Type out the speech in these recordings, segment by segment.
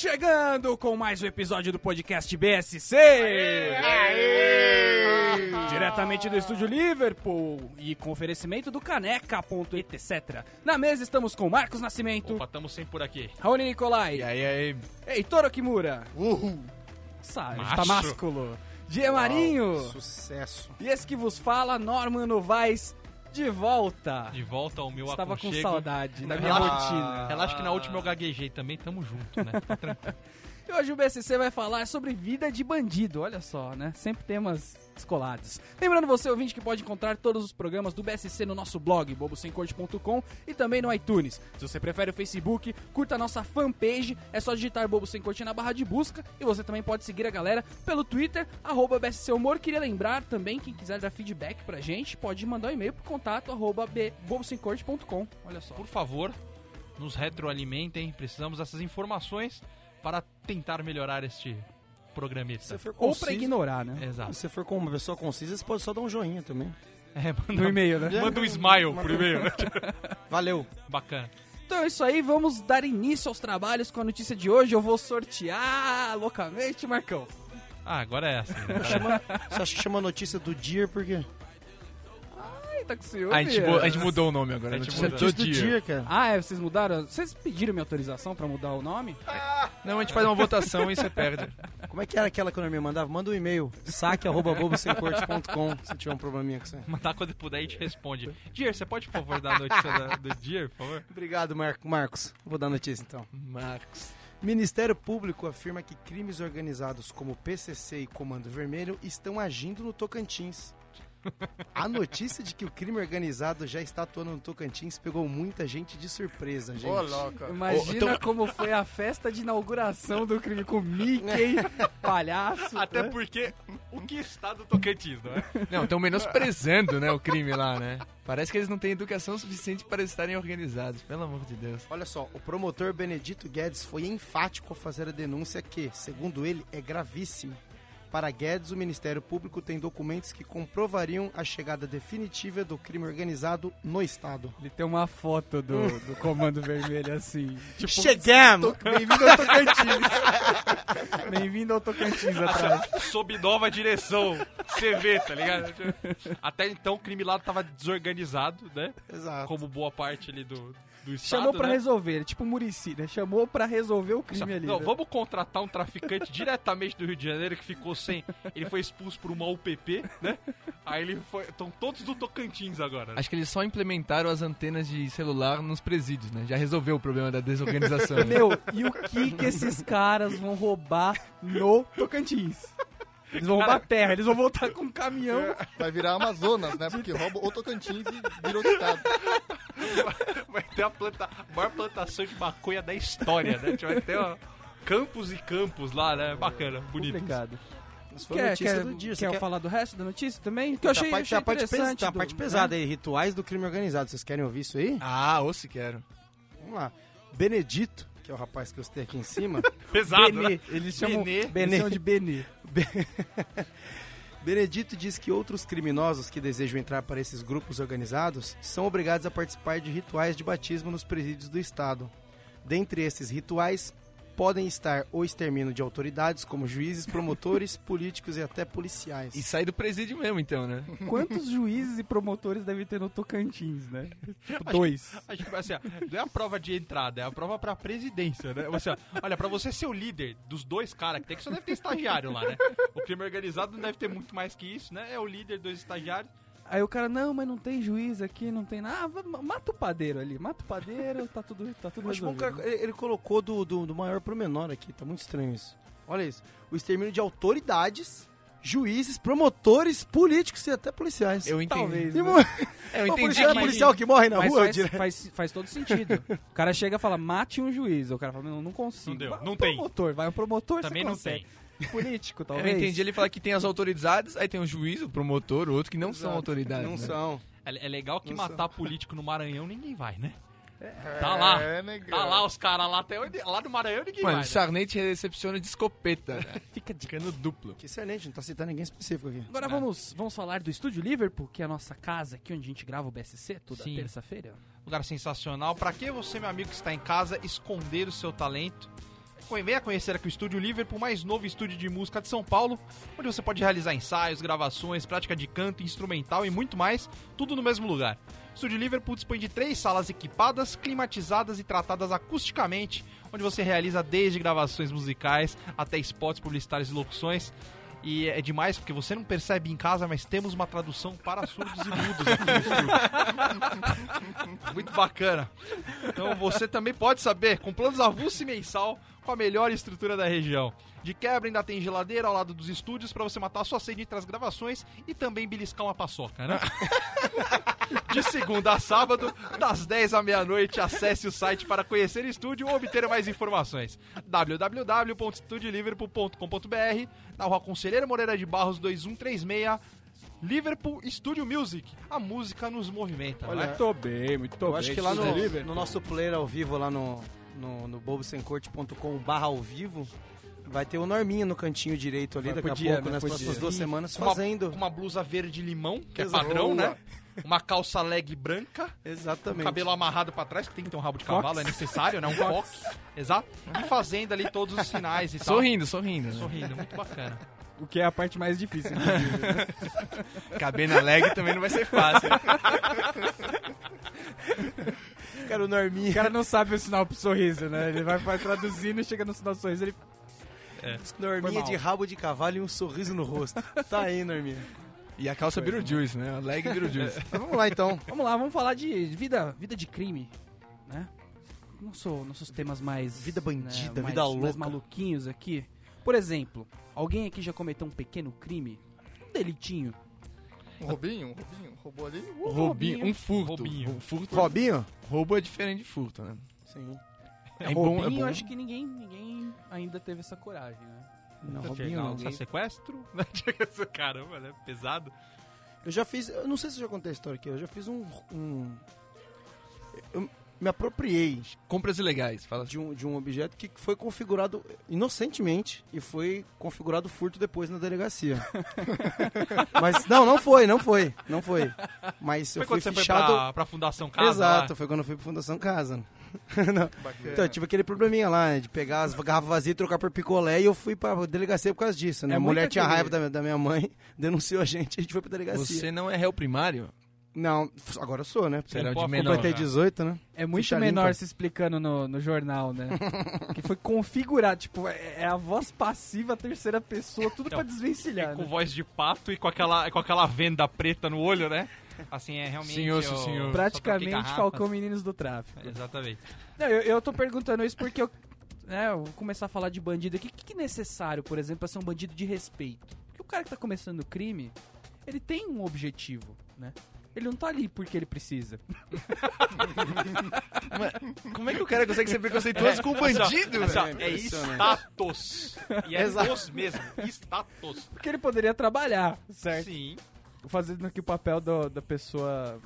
Voltando com mais um episódio do podcast BSC. Diretamente do estúdio Liverpool e com oferecimento do caneca.etc. Na mesa estamos com Marcos Nascimento, Opa, tamo sempre por aqui. Raoni Nicolai, E aí, aí, Heitor Okimura. Uhul! Sabe, Macho. tá másculo. Die Marinho. Sucesso. E esse que vos fala, Norman Novaes, de volta. De volta ao meu Estava com aconchego. saudade da Ah. minha rotina. Relaxa Ah. que na última eu gaguejei também, tamo junto, né? Tá tranquilo. E hoje o BSC vai falar sobre vida de bandido, olha só, né? Sempre temas descolados. Lembrando você, ouvinte, que pode encontrar todos os programas do BSC no nosso blog, bobosemcorte.com e também no iTunes. Se você prefere o Facebook, curta a nossa fanpage, é só digitar Bobo Sem Corte na barra de busca e você também pode seguir a galera pelo Twitter, arroba BSC Humor. Queria lembrar também, quem quiser dar feedback pra gente, pode mandar um e-mail pro contato, arroba b- bobosemcorte.com, olha só. Por favor, nos retroalimentem. Precisamos dessas informações para tentar melhorar este Se você programista. for Ou pra conciso, ignorar, né? Exato. se você for com uma pessoa concisa, você pode só dar um joinha também. É, No manda, e-mail, né? manda um smile Manda por um- e-mail. né? Valeu. Bacana. Então é isso aí, vamos dar início aos trabalhos com a notícia de hoje. Eu vou sortear loucamente, Marcão. Ah, agora é assim. Né? Você acha que chama a notícia do dia porque Ai, tá com ciúme. a, gente, mu- a gente mudou o nome agora. A gente notícia mudou. do do dia. dia, cara? Ah, é, vocês mudaram? Vocês pediram minha autorização pra mudar o nome? Não, a gente faz uma votação e você perde. Como é que era aquela que a minha mandava? Manda um e-mail, saque.bobosemcorte.com se tiver um probleminha com você. Mandar quando puder e te responde. Dier, você pode, por favor, dar a notícia da- do Dier, por favor? Obrigado, Mar- Marcos. Vou dar a notícia então. Marcos. Ministério Público afirma que crimes organizados como PCC e Comando Vermelho estão agindo no Tocantins. A notícia de que o crime organizado já está atuando no Tocantins pegou muita gente de surpresa, gente. Imagina como foi a festa de inauguração do crime com Mickey, palhaço. Até né? porque o que está do Tocantins, não é? Não, estão menosprezando, né, o crime lá, né? Parece que eles não têm educação suficiente para estarem organizados, pelo amor de Deus. Olha só, o promotor Benedito Guedes foi enfático ao fazer a denúncia que, segundo ele, é gravíssima. Para Guedes, o Ministério Público tem documentos que comprovariam a chegada definitiva do crime organizado no Estado. Ele tem uma foto do, do comando vermelho assim. Tipo, Chegamos! bem-vindo ao Tocantins. bem-vindo ao Tocantins atrás. sob nova direção, CV, tá ligado? Até então o crime lá tava desorganizado, né? Exato. Como boa parte ali do, do estado, Chamou pra né? resolver, tipo Murici, né? Chamou pra resolver o crime ali. Não, né? vamos contratar um traficante diretamente do Rio de Janeiro que ficou sem. Ele foi expulso por uma UPP, né? Aí ele foi. Estão todos do Tocantins agora. né? Acho que eles só implementaram as antenas de celular nos presídios, né? Já resolveu o problema da desorganização. né? Meu, e o que que esses caras vão roubar no Tocantins? Eles vão roubar terra, eles vão voltar com um caminhão. É, Vai virar Amazonas, né? Porque rouba o Tocantins e virou outro estado. Vai ter a, planta, a maior plantação de maconha da história, né? A gente Vai ter ó, campos e campos lá, né? Bacana, bonito. Complicado. Mas foi a Quer, notícia é? quer, do dia. quer Você eu quer- falar do resto da notícia também? Que eu achei, Tem a parte, achei tem a parte pesa- interessante. né? tem a do- parte pesada aí, rituais do crime organizado. Vocês querem ouvir isso aí? Ah, ou se quero. Vamos lá. Benedito, que é o rapaz que eu citei aqui em cima, Pesado, né? Benê, eles chamam, Benê. Eles chamam de Benê. Benedito diz que outros criminosos que desejam entrar para esses grupos organizados são obrigados a participar de rituais de batismo nos presídios do Estado. Dentre esses rituais, podem estar o extermínio de autoridades, como juízes, promotores, políticos e até policiais. E sai do presídio mesmo, então, né? Quantos juízes e promotores devem ter no Tocantins, né? Tipo, Dois. Acho que vai ser, não é a prova de entrada, é a prova pra presidência, né? Você, olha, pra você ser o líder dos dois caras que tem, que só deve ter estagiário lá, né? O crime organizado não deve ter muito mais que isso, né? É o líder, dois estagiários. Aí o cara, não, mas não tem juiz aqui, não tem nada. Ah, va- mata o padeiro ali, mata o padeiro, tá tudo, tá é tudo Acho bom que resolvido. ele, ele colocou do, do, do maior pro menor aqui, tá muito estranho isso. Olha isso. O extermínio de autoridades, juízes, promotores, políticos e até policiais. Eu entendi. Talvez, E, né? mo- É, eu o entendi policial, que... é policial que morre na Mas rua, eu faz, diria. faz- faz todo sentido. O cara chega e fala, mate um juiz. O cara fala, não, não consigo. Não deu, Vai um não tem. promotor, vai um promotor, Também você não consegue. Político, Eu talvez. entendi ele falar que tem as autoridades, aí tem o juiz, o promotor, o outro que não são autoridades. Não né? são. É, é legal que Nossa. matar político no Maranhão ninguém vai, né? Tá lá, É, negão. tá lá os caras lá, até onde, lá no Maranhão ninguém Mano, vai. o Né? Sarney te recepciona de escopeta, né? Fica de... Ficando duplo. Que excelente, não tá citando ninguém específico aqui. Agora vamos, vamos falar do Estúdio Liverpool, que é a nossa casa aqui onde a gente grava o BSC toda Sim. terça-feira. Lugar sensacional. Pra que você, meu amigo que está em casa, esconder o seu talento? Venha a conhecer aqui o Estúdio Liverpool, mais novo estúdio de música de São Paulo, onde você pode realizar ensaios, gravações, prática de canto, instrumental e muito mais, tudo no mesmo lugar. O Estúdio Liverpool dispõe de três salas equipadas, climatizadas e tratadas acusticamente, onde você realiza desde gravações musicais até spots publicitários e locuções. E é demais porque você não percebe em casa, mas temos uma tradução para surdos e mudos aqui no estúdio. Muito bacana. Então você também pode saber, É, com planos avulso e mensal, com a melhor estrutura da região. De quebra ainda tem geladeira ao lado dos estúdios para você matar a sua sede entre as gravações e também beliscar uma paçoca, né? De segunda a sábado, das 10 à meia-noite, acesse o site para conhecer o estúdio ou obter mais informações. www.estudioliverpool.com.br Na rua Conselheiro Moreira de Barros 2136, Liverpool Studio Music. A música nos movimenta. né? Muito bem, muito Eu acho que lá no, Estúdio no nosso player ao vivo, lá no, no, no bobosemcorte.com barra ao vivo, vai ter o Norminha no cantinho direito ali, Mas daqui podia, a pouco, né? nas Podia. próximas duas semanas, Com uma- fazendo. Com uma blusa verde limão, que é Exato. padrão, né? Uma calça leg branca, Exatamente. cabelo amarrado pra trás, que tem que ter um rabo de cavalo, é necessário, né? Um coque. Exato. E fazendo ali todos os sinais e tal. Sorrindo, sorrindo. né? Sorrindo, muito bacana. O que é a parte mais difícil. inclusive. Caber na leg também não vai ser fácil. Cara, o Norminha. o cara não sabe o sinal pro sorriso, né? Ele vai, vai traduzindo e chega no sinal do sorriso, ele Foi Norminha mal. de rabo de cavalo e um sorriso no rosto. Tá aí, Norminha. E a calça Beetlejuice, né? A leg Beetlejuice. Mas vamos lá então. Vamos lá, vamos falar de vida, vida de crime, né? Nosso, nossos temas mais... né, Vida bandida, mais- vida Mais louca. maluquinhos aqui. Por exemplo, alguém aqui já cometeu um pequeno crime? Um delitinho? Um robinho, um robinho, roubou ali. uh, Roubinho, um furto. Roubinho. Um furto. Robinho? Roubo é diferente de furto, né? Sim. É roubinho, bom, é bom. acho que ninguém, ninguém ainda teve essa coragem, né? Não, Tinha Robinho não. é alguém- é sequestro? Caramba, né? Pesado. Eu já fiz, eu não sei se eu já contei a história aqui, eu já fiz um. um- eu me apropriei Compras ilegais, fala assim. de um, de um objeto que foi configurado inocentemente e foi configurado furto depois na delegacia. Mas não, não foi, não foi, não foi. Mas Foi eu fui quando você fichado. foi pra, pra Fundação Casa? Exato, lá? foi quando eu fui pra Fundação Casa. Não. Bacana. Então, eu tive aquele probleminha lá, né, de pegar as garrafas vazias e trocar por picolé, e eu fui pra delegacia por causa disso, né? É a mulher muito tinha aquele- raiva da, da minha mãe, denunciou a gente, a gente foi pra delegacia. Você não é réu primário? Não, agora eu sou, né? Será pode de menor. Completei 18, né? É muito Ficha menor limpa. se explicando no, no jornal, né? que foi configurado, tipo, é, é a voz passiva, a terceira pessoa, tudo pra desvencilhar, Então, Com né? voz de pato e com aquela, com aquela venda preta no olho, né? Assim, é realmente... Senhor, sim, eu- senhor. só troquei Praticamente garrafas. Falcão Meninos do Tráfico. É, Exatamente. Não, eu, eu tô perguntando isso porque eu, né, eu vou começar a falar de bandido aqui. O que, que é necessário, por exemplo, pra ser um bandido de respeito? Porque o cara que tá começando o crime, ele tem um objetivo, né? Ele não tá ali porque ele precisa. Como é que o cara consegue ser preconceituoso com o bandido? Assim, ó, velho? é status. E é Exato. os mesmo. Status. Porque ele poderia trabalhar, certo? Sim. Fazendo aqui o papel do- da pessoa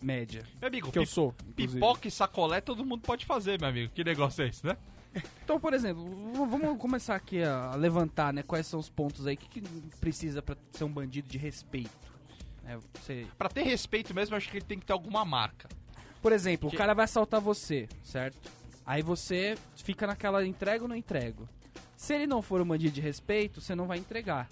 média. Meu amigo, Que eu pi- sou. inclusive. pipoca e sacolé todo mundo pode fazer, meu amigo. Que negócio é esse, né? Então, por exemplo, v- vamos começar aqui a a levantar, né? Quais são os pontos aí? O que, que precisa pra ser um bandido de respeito? É, você Pra ter respeito mesmo, eu acho que ele tem que ter alguma marca. Por exemplo, Que- o cara vai assaltar você, certo? Aí você fica naquela entrega ou não entrego. Se ele não for um bandido de respeito, você não vai entregar.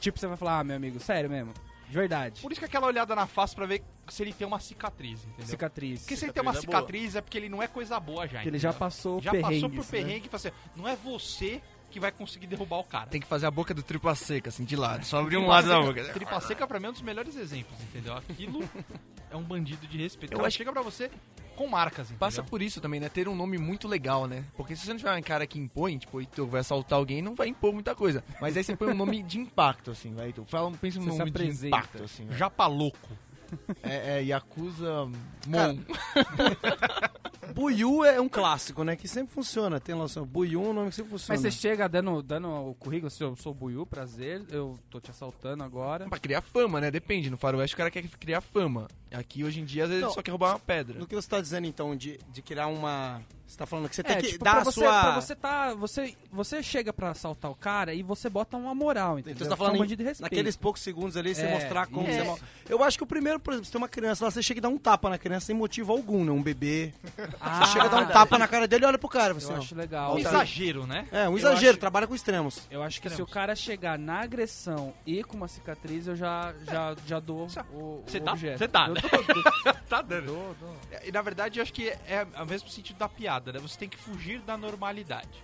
Tipo, você vai falar, ah, meu amigo, sério mesmo? De verdade. Por isso que aquela olhada na face pra ver se ele tem uma cicatriz, entendeu? Cicatriz. Porque se ele tem uma Cicatriz é boa. cicatriz é porque ele não é coisa boa já, Que ele entendeu? já passou Já perrengues, passou por né? perrengue e falou assim, não é você que vai conseguir derrubar o cara. Tem que fazer a boca do tripa seca, assim, de lado. Só abrir um lado da boca. Tripa seca pra mim é um dos melhores exemplos, entendeu? Aquilo é um bandido de respeito. Eu Eu acho- chega pra você com marcas, entendeu? Passa por isso também, né? Ter um nome muito legal, né? Porque se você não tiver um cara que impõe, tipo, Heitor vai assaltar alguém, não vai impor muita coisa. Mas aí você põe um nome de impacto, assim, vai, Heitor. Fala, pensa num Você se nome de apresenta. impacto, assim. vai. Japa louco. É, é Yakuza Mon. Buiu é um clássico, né? Que sempre funciona. Tem lá o seu Buiu, um nome que sempre Mas funciona. você chega dando, dando o currículo, se eu sou o Buiu, prazer, eu tô te assaltando agora. pra criar fama, né? Depende. No faroeste o cara quer criar fama. Aqui, hoje em dia, às vezes Não, ele só quer roubar uma pedra. tá No que você está dizendo, então, de, de criar uma, Você tá falando que você É, tem que tipo, dar pra a você, sua. pra você tá. Você, você chega pra assaltar o cara e você bota uma moral, entendeu? Então você tá é um falando em- bandido de respeito. naqueles poucos segundos ali, você É, mostrar como isso. você é mal. Eu acho que o primeiro, por exemplo, você tem uma criança lá, você chega e dá um tapa na criança sem motivo algum, né? Um bebê. Ah, Chega e dá um tapa na cara dele e olha pro cara. Você, Eu ó. acho legal. Então, Um Outra- exagero, né? É, um exagero, trabalha com extremos. Eu acho que se o cara chegar na agressão e com uma cicatriz, eu já, já, já dou o, Você o dá? objeto. Você dá, Eu né? dou, dou. tá dando. E na verdade, eu acho que é o mesmo sentido da piada, né? Você tem que fugir da normalidade.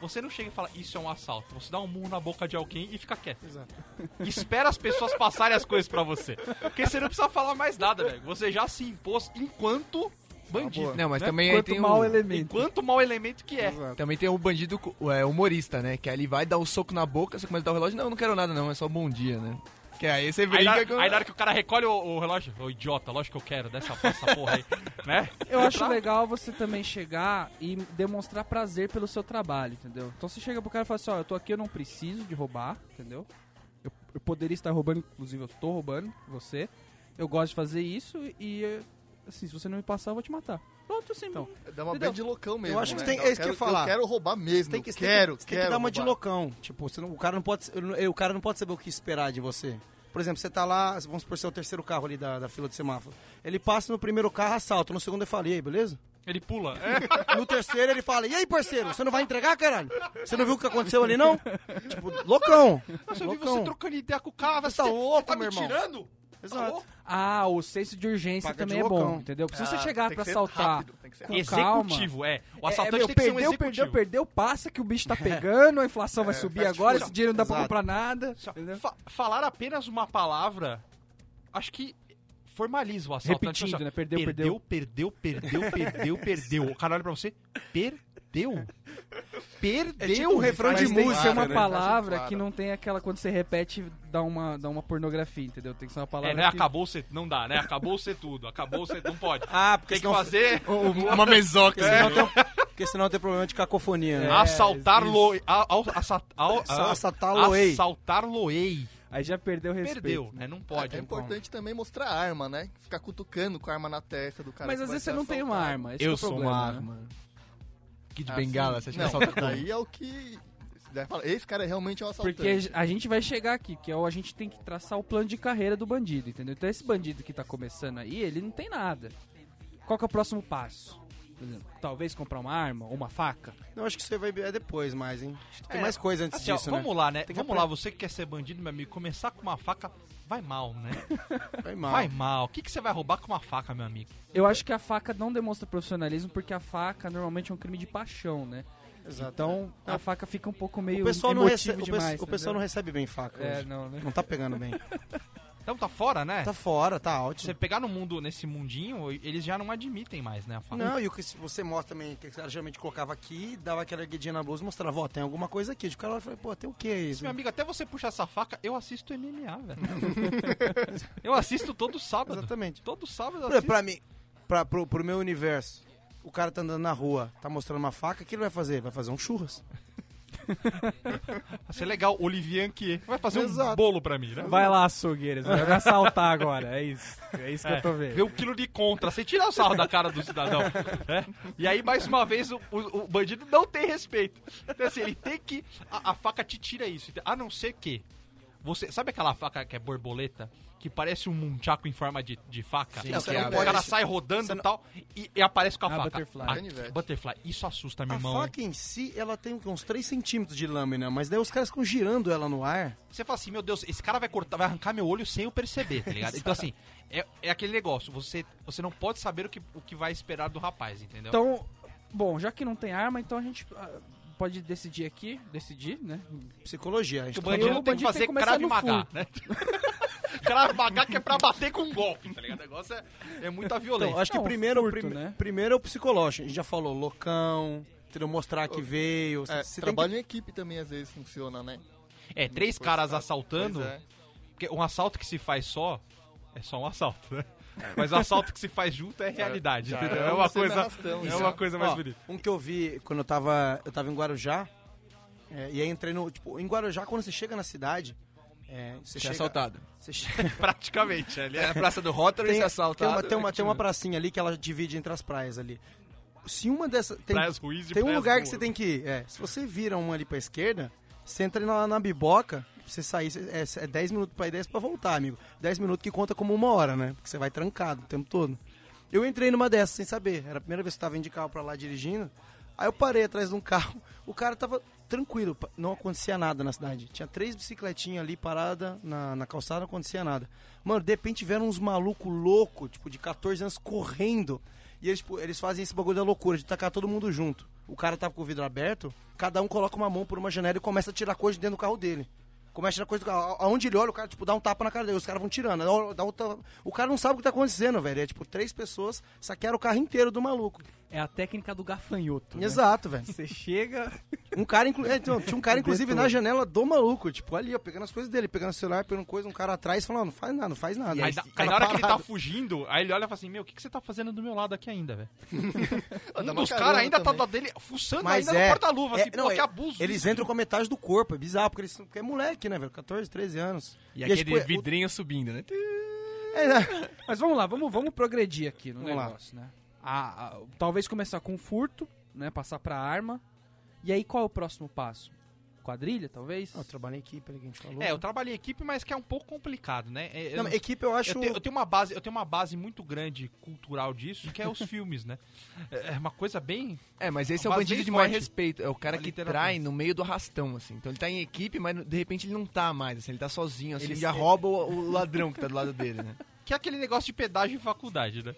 Você não chega e fala, isso é um assalto. Você dá um murro na boca de alguém e fica quieto. Exato. E espera as pessoas passarem as coisas pra você. Porque você não precisa falar mais nada, velho. Você já se impôs enquanto bandido. Não, mas né? também aí Quanto tem um mal o... é um elemento. Enquanto mau elemento que é. Exato. Também tem o bandido cu- é, humorista, né? Que aí ele vai dar o soco na boca, você começa a dar o relógio. Não, eu não quero nada não, é só bom dia, né? Que aí você Aí na, brinca com... aí na hora que o cara recolhe o, o relógio, ô idiota, lógico que eu quero, dessa essa porra aí, né? Eu acho legal você também chegar e demonstrar prazer pelo seu trabalho, entendeu? Então você chega pro cara e fala assim, ó, eu tô aqui, eu não preciso de roubar, entendeu? Eu, eu poderia estar roubando, inclusive eu tô roubando você. Eu gosto de fazer isso e, assim, se você não me passar, eu vou te matar. Pronto, assim, então, Dá uma Entendeu? bem de loucão mesmo. acho que né? tem- é isso que eu quero- ia falar. Eu quero roubar mesmo. Tem que, eu você tem que- quero, você tem quero que dar uma de roubar. loucão. Tipo, você não- o cara não pode. ele- O cara não pode saber o que esperar de você. Por exemplo, você tá lá, vamos supor, seu terceiro carro ali da, da fila de semáforo. Ele passa no primeiro carro, assalto. No segundo eu falo, e aí, beleza? Ele pula. É. No terceiro ele fala, e aí, parceiro, você não vai entregar, caralho? Você não viu o que aconteceu ali, não? Tipo, loucão. Nossa, eu vi loucão. você trocando ideia com o cara, você, Você tá louco, tá meu me irmão. É tirando? Tá Exato. louco? Ah, o senso de urgência Paga também de é bom, loucão. entendeu? Porque se você Ah, chegar tem pra que ser assaltar rápido, tem que ser com calma... Executivo, é. O É, assaltante meu, tem que ser um perdeu, executivo. perdeu, perdeu, passa que o bicho tá pegando, a inflação vai subir fast agora, food. esse dinheiro não dá pra Exato. comprar nada. Só entendeu? fa- falar apenas uma palavra, acho que formaliza o assalto. Repetindo, Tipo assim, ó, né? Perdeu, perdeu. Perdeu, perdeu, perdeu, perdeu, perdeu. O cara olha pra você, perdeu. Perdeu. É tipo um refrão Mas de tem Tem que ser música, uma né? palavra Claro. que não tem aquela quando você repete dá uma, dá uma pornografia, entendeu? Tem que ser uma palavra. É, né? que... Acabou ser. Não dá, né? Acabou ser tudo. Acabou ser. Não pode. Ah, porque Tem que senão, fazer. É. Uma mesoca. porque senão tem, porque senão tem problema de cacofonia, né? assaltar lo a- ao- assat- ao- Assa- a- assaltar-lo-ei. Assaltar-lo-ei. Aí já perdeu o respeito. Perdeu, né? Não pode. então. É importante também mostrar a arma, né? Ficar cutucando com a arma na testa do cara. Mas que às vai vezes você te não tem uma assaltar. arma. Esse Eu que é o sou problema, uma né? arma. Kid Bengala, você acha que Não, assalta como? daí é o que. você deve falar, Esse cara é realmente é um assaltante. Porque a gente vai chegar aqui, que é o, a gente tem que traçar o plano de carreira do bandido, entendeu? Então esse bandido que tá começando aí, ele não tem nada. Qual que é o próximo passo? Por exemplo, talvez comprar uma arma ou uma faca? Não, acho que você vai é depois mais, hein? Acho que tem É, mais coisa antes Assim, ó, disso, né? vamos lá, né? Tem que vamos lá, você que quer ser bandido, meu amigo, começar com uma faca vai mal, né? Vai mal. Vai mal. O que, que você vai roubar com uma faca, meu amigo? Eu acho que a faca não demonstra profissionalismo, porque a faca normalmente é um crime de paixão, né? Exato. Então a faca fica um pouco meio o pessoal, não emotivo recebe, o, demais. pessoal- o pessoal não entendeu? recebe bem faca. É, hoje. não, né? Não tá pegando bem. Então tá fora, né? Tá fora, tá alto. Você pegar no mundo, nesse mundinho, eles já não admitem mais, né? A faca. Não, e o que se- você mostra também, que o cara geralmente colocava aqui, dava aquela erguidinha na blusa e mostrava, ó, tem alguma coisa aqui. O cara olha e fala, pô, tem o que Isso, é um isso? Meu amigo, até você puxar essa faca, eu assisto MMA, velho. eu assisto todo sábado. Exatamente. Todo sábado eu Por exemplo, assisto. pra mim, pra, pro, pro meu universo, o cara tá andando na rua, tá mostrando uma faca, o que ele vai fazer? Vai fazer um churras. Vai ser legal, Olivier Anquier. Vai fazer um Exato. bolo pra mim, né? Vai lá, açougueiras, vai me assaltar agora. É isso. É isso que eu tô vendo. Vê o quilo de contra, você tira o sarro da cara do cidadão. né? E aí, mais uma vez, o, o- o bandido não tem respeito. Então, assim, ele tem que. A, a faca te tira isso. A não ser que. Você, sabe aquela faca que é borboleta? Que parece um munchaco em forma de, de faca? Sim, Não, que você não abre. pode- o cara sai rodando e tal e, e aparece com a Ah, faca. butterfly. Ah, Canivete. butterfly. Isso assusta, meu A irmão. faca em si, ela tem o quê? uns 3 centímetros de lâmina, mas daí os caras ficam girando ela no ar. Você fala assim, meu Deus, esse cara vai cortar, vai arrancar meu olho sem eu perceber, tá ligado? então, assim, é, é aquele negócio. Você, você não pode saber o que, o que vai esperar do rapaz, entendeu? Então, bom, já que não tem arma, então a gente ah, pode decidir aqui, decidir, né? Psicologia. A Que gente o tá Tipo, bandido o tem bandido que tem que começar fazer crave no magá, né? crave magá que é pra bater com um golpe, tá ligado? O negócio é, é muita violência. Então, acho que Não, primeiro, furto, prime- né? primeiro é o psicológico. A gente já falou loucão, entendeu? mostrar que É, veio. Você tem que- trabalho em equipe também às vezes funciona, né? é, três Pois caras tá. assaltando, Pois é. porque um assalto que se faz só é só um assalto, né? Mas o assalto que se faz junto é realidade, já entendeu? é É uma você coisa, na arrastão, é já. uma coisa mais Ó, bonita. Um que eu vi quando eu tava, eu tava em Guarujá. é, e aí entrei no. Tipo, em Guarujá, quando você chega na cidade. é, você Você é chega, assaltado. Você chega, Praticamente, ali é Praça do Rotary, tem, você é assaltado. né? tem uma, tem, uma, tem uma pracinha ali que ela divide entre as praias ali. se uma dessas. Tem, Praias Ruiz e tem um Praias lugar que você Moro. tem que ir. É, se você vira uma ali pra esquerda, você entra na, na biboca, você sair, cê- é, é 10 minutos pra ir 10 pra voltar, amigo. 10 minutos que conta como uma hora, né? Porque você vai trancado o tempo todo. Eu entrei numa dessas sem saber. Era a primeira vez que eu tava indo de carro pra lá dirigindo. Aí eu parei atrás de um carro. O cara tava tranquilo, pa- não acontecia nada na cidade. Tinha três bicicletinhas ali paradas na, na calçada, não acontecia nada. Mano, de repente vieram uns malucos loucos, tipo, de 14 anos correndo. E eles, tipo, eles fazem esse bagulho da loucura, de tacar todo mundo junto. O cara tava com o vidro aberto, cada um coloca uma mão por uma janela e começa a tirar coisa de dentro do carro dele. Começa a tirar coisa do carro. A- Aonde ele olha, o cara, tipo, dá um tapa na cara dele. Os caras vão tirando. dá- dá outra- O cara não sabe o que tá acontecendo, velho. É tipo, três pessoas saquearam o carro inteiro do maluco. É a técnica do gafanhoto. né? Exato, velho. Você chega. Um cara, inclu... é, então, tinha um cara, inclusive, na janela do maluco, tipo, ali, ó, pegando as coisas dele, pegando o celular, pegando coisa, um cara atrás, falando, não faz nada, não faz nada. Aí, na- aí na hora que ele tá fugindo, aí ele olha e fala assim, meu, o que, que você tá fazendo do meu lado aqui ainda, velho? Dá um uma dos caras carona ainda tá também. do lado dele, fuçando Mas ainda é, no porta-luva, é, assim, não, pô, é- que abuso. Eles isso. entram com a metade do corpo, é bizarro, porque eles são porque é moleque, né, velho? 14, 13 anos. E, aquele tipo, é, o- vidrinho subindo, né? é, né? Mas vamos lá, vamos, vamos progredir aqui no Vamos lá. negócio, né? A- a- talvez começar com furto, né? Passar pra arma. E aí qual é o próximo passo? Quadrilha, talvez? Ah, eu trabalho em equipe, ali que a gente falou. É, eu trabalhei em equipe, mas que é um pouco complicado, né? É, eu Não, não- equipe eu acho... Eu, tenho, eu tenho uma base, eu tenho uma base muito grande cultural disso, que é os filmes, né? É é uma coisa bem. É, mas esse é o Mas bandido bem de maior forte. respeito. É o cara A que literatura. trai no meio do arrastão, assim. Então ele tá em equipe, mas de repente ele não tá mais, assim. Ele tá sozinho, assim. Ele- Ele já rouba o, o ladrão que tá do lado dele, né? Que é aquele negócio de pedágio em faculdade, né?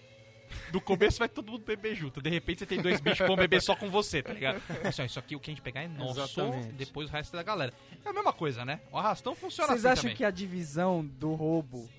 Do começo vai todo mundo beber junto. De repente você tem dois bichos que vão beber só com você, tá ligado? Assim, ó, isso aqui o que a gente pegar é nosso, Exatamente. depois o resto é da galera. É a mesma coisa, né? O arrastão funciona Vocês assim acham também. que a divisão do roubo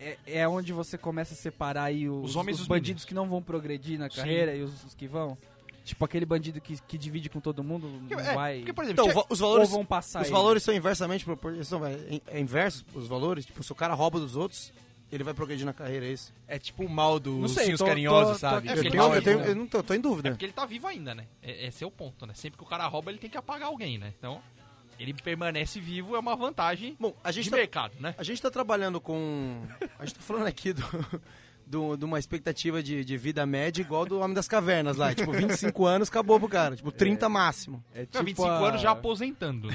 é, é onde você começa a separar aí os, Os homens e os bandidos meninos. que não vão progredir na carreira e os, os que vão? Tipo aquele bandido que, que divide com todo mundo, não é, vai. Porque, por exemplo, Então, tinha- va- os valores... ou vão passar Os ele? valores são inversamente proporcionais. É inverso os valores? Tipo, se o cara rouba dos outros, ele vai progredir na carreira, é isso? É tipo o mal do Não sei, Ursinhos tô- Carinhosos, tô- sabe? tô- Eu, porque tenho, ele não é eu, tenho- bom. eu não tô, eu tô em dúvida. É porque ele tá vivo ainda, né? É- Esse é o ponto, né? Sempre que o cara rouba, ele tem que apagar alguém, né? Então, ele permanece vivo, é uma vantagem Bom, a de gente, tá, mercado, né? a gente tá trabalhando com... A gente tá falando aqui do... do- de uma expectativa de, de vida média igual do Homem das Cavernas lá. Tipo, 25 anos, acabou pro cara. Tipo, 30 máximo. É Não, 25 a- anos já aposentando, né?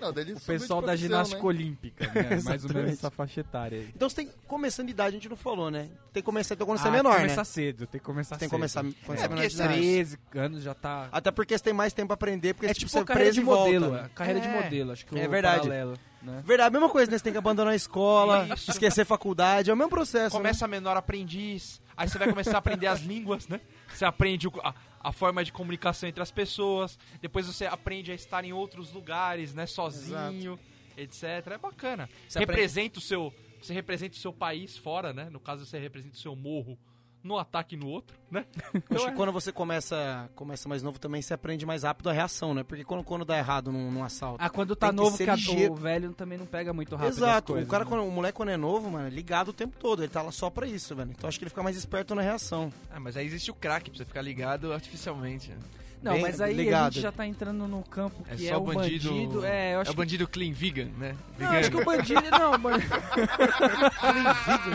Não, daí ele O pessoal né? da ginástica olímpica, né? Mais ou menos essa faixa etária aí. Então você tem... Começando de idade, a gente não falou, né? Tem que começar então, quando você Ah, é tem menor, que né? começar cedo, tem que começar Você tem que cedo. começar quando É, você é menor porque de idade. 13 anos já tá. Até porque você tem mais tempo pra aprender, porque é tipo, tipo você é carreira preso de e volta. modelo, né? é, carreira de É. modelo, acho que É o verdade. paralelo, né? Verdade, a mesma coisa, né? Você tem que abandonar a escola, Isso. esquecer a faculdade, é o mesmo processo. Começa menor aprendiz, aí você vai começar a aprender as línguas, né? Você aprende o- a, a forma de comunicação entre as pessoas, depois você aprende a estar em outros lugares, né? Sozinho, etc. É bacana. né? Você representa o seu. Você representa o seu país fora, né? No caso, você representa o seu morro no ataque no outro, né? né? Acho que é. quando você começa, começa mais novo também, você aprende mais rápido a reação, né? Porque quando, quando dá errado num, num assalto. Ah, quando tá Tem que novo, ser que a- ligeiro. o velho também não pega muito rápido. as Exato, coisas, o cara, né? quando, o moleque quando é novo, mano, é ligado o tempo todo, ele tá lá só pra isso, velho. Então acho que ele fica mais esperto na reação. Ah, mas aí existe o crack pra você ficar ligado artificialmente. né? Não, bem mas aí a ligado. gente já tá entrando num campo É que é, só o bandido... É, eu acho é o que... bandido clean vegan, né? Não, acho que o bandido... Não, mano.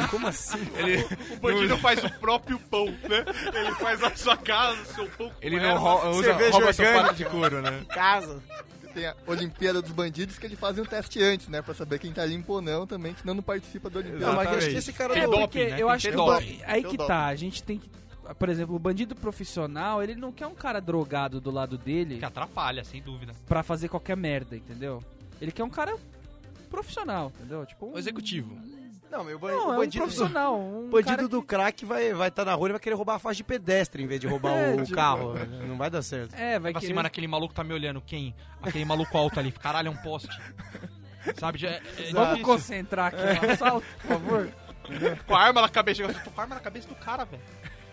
Como assim? Ele, O bandido faz o próprio pão, né? Ele faz a sua casa, o seu pão. ele não rouba, usa, cerveja rouba sapato orgânica. de couro, né? Casa. Tem a Olimpíada dos Bandidos que eles fazem um teste antes, né? Pra saber quem tá limpo ou não também, senão não participa da Olimpíada. Não, mas acho que esse cara Tem não- Não, doping, É, porque né? Tem eu acho que que... ter o doping. ba- Aí Tem que o doping. tá, a gente tem que... Por exemplo, o bandido profissional, ele não quer um cara drogado do lado dele Que atrapalha, sem dúvida. pra fazer qualquer merda, entendeu? Ele quer um cara profissional, entendeu? Tipo, um... O executivo. Não, meu Não, é um bandido. profissional. Um bandido cara do crack vai estar vai tá na rua, ele vai querer roubar a faixa de pedestre em vez de roubar É, o tipo- carro. velho. Não vai dar certo. que- É, vai Pra querer... cima daquele maluco tá me olhando, quem? Aquele maluco alto ali, caralho, é um poste. Sabe, já é, é Vamos difícil. concentrar aqui no É. assalto, por favor. com a arma na cabeça. Eu tô com a arma na cabeça do cara, velho.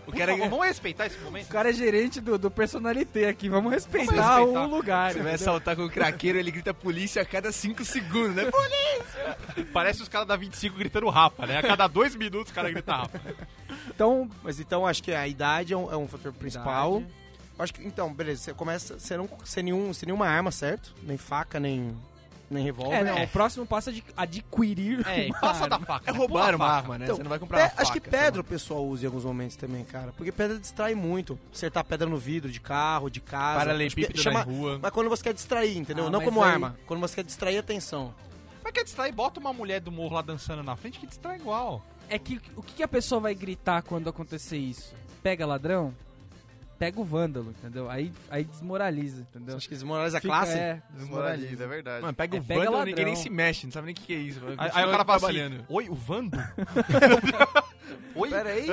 Por cara- favor, Vamos respeitar esse O momento? cara é gerente do, do personalité aqui, vamos respeitar, respeitar. o lugar. né? Você vai assaltar com o craqueiro, ele grita polícia a cada 5 segundos, né? Parece os caras da 25 gritando rapa, né? A cada dois minutos o cara grita rapa. Então, Mas então acho que a idade é um, é um fator principal. Acho que, então, beleza, você começa sem, não, sem, nenhum, sem nenhuma arma, certo? Nem faca, nem. Nem revólver. É, não, o próximo passo é de adquirir. É, e uma passa arma. da faca. É né? roubar Pula a uma faca. arma, né? Então, você não vai comprar pe- uma Acho que faca, você pedra o pessoal usa em alguns momentos também, cara. Porque pedra distrai muito. Acertar pedra no vidro, de carro, de casa. Acho que Paralelepípedo na chama- rua. Mas quando você quer distrair, entendeu? Ah, não mas como aí- arma. Quando você quer distrair a atenção. Mas quer distrair, bota uma mulher do morro lá dançando na frente que distrai igual. É que o que que a pessoa vai gritar quando acontecer isso? Pega ladrão? Pega o vândalo, entendeu? Aí, aí desmoraliza, entendeu? Acho que desmoraliza a Fica- classe. é. Desmoraliza, é verdade. não- Mano, pega É, o pega vândalo, ninguém nem ladrão. se mexe, não sabe nem o que, que é isso. Aí, aí o cara fala assim, trabalhando. oi, o Vando? oi? Pera aí.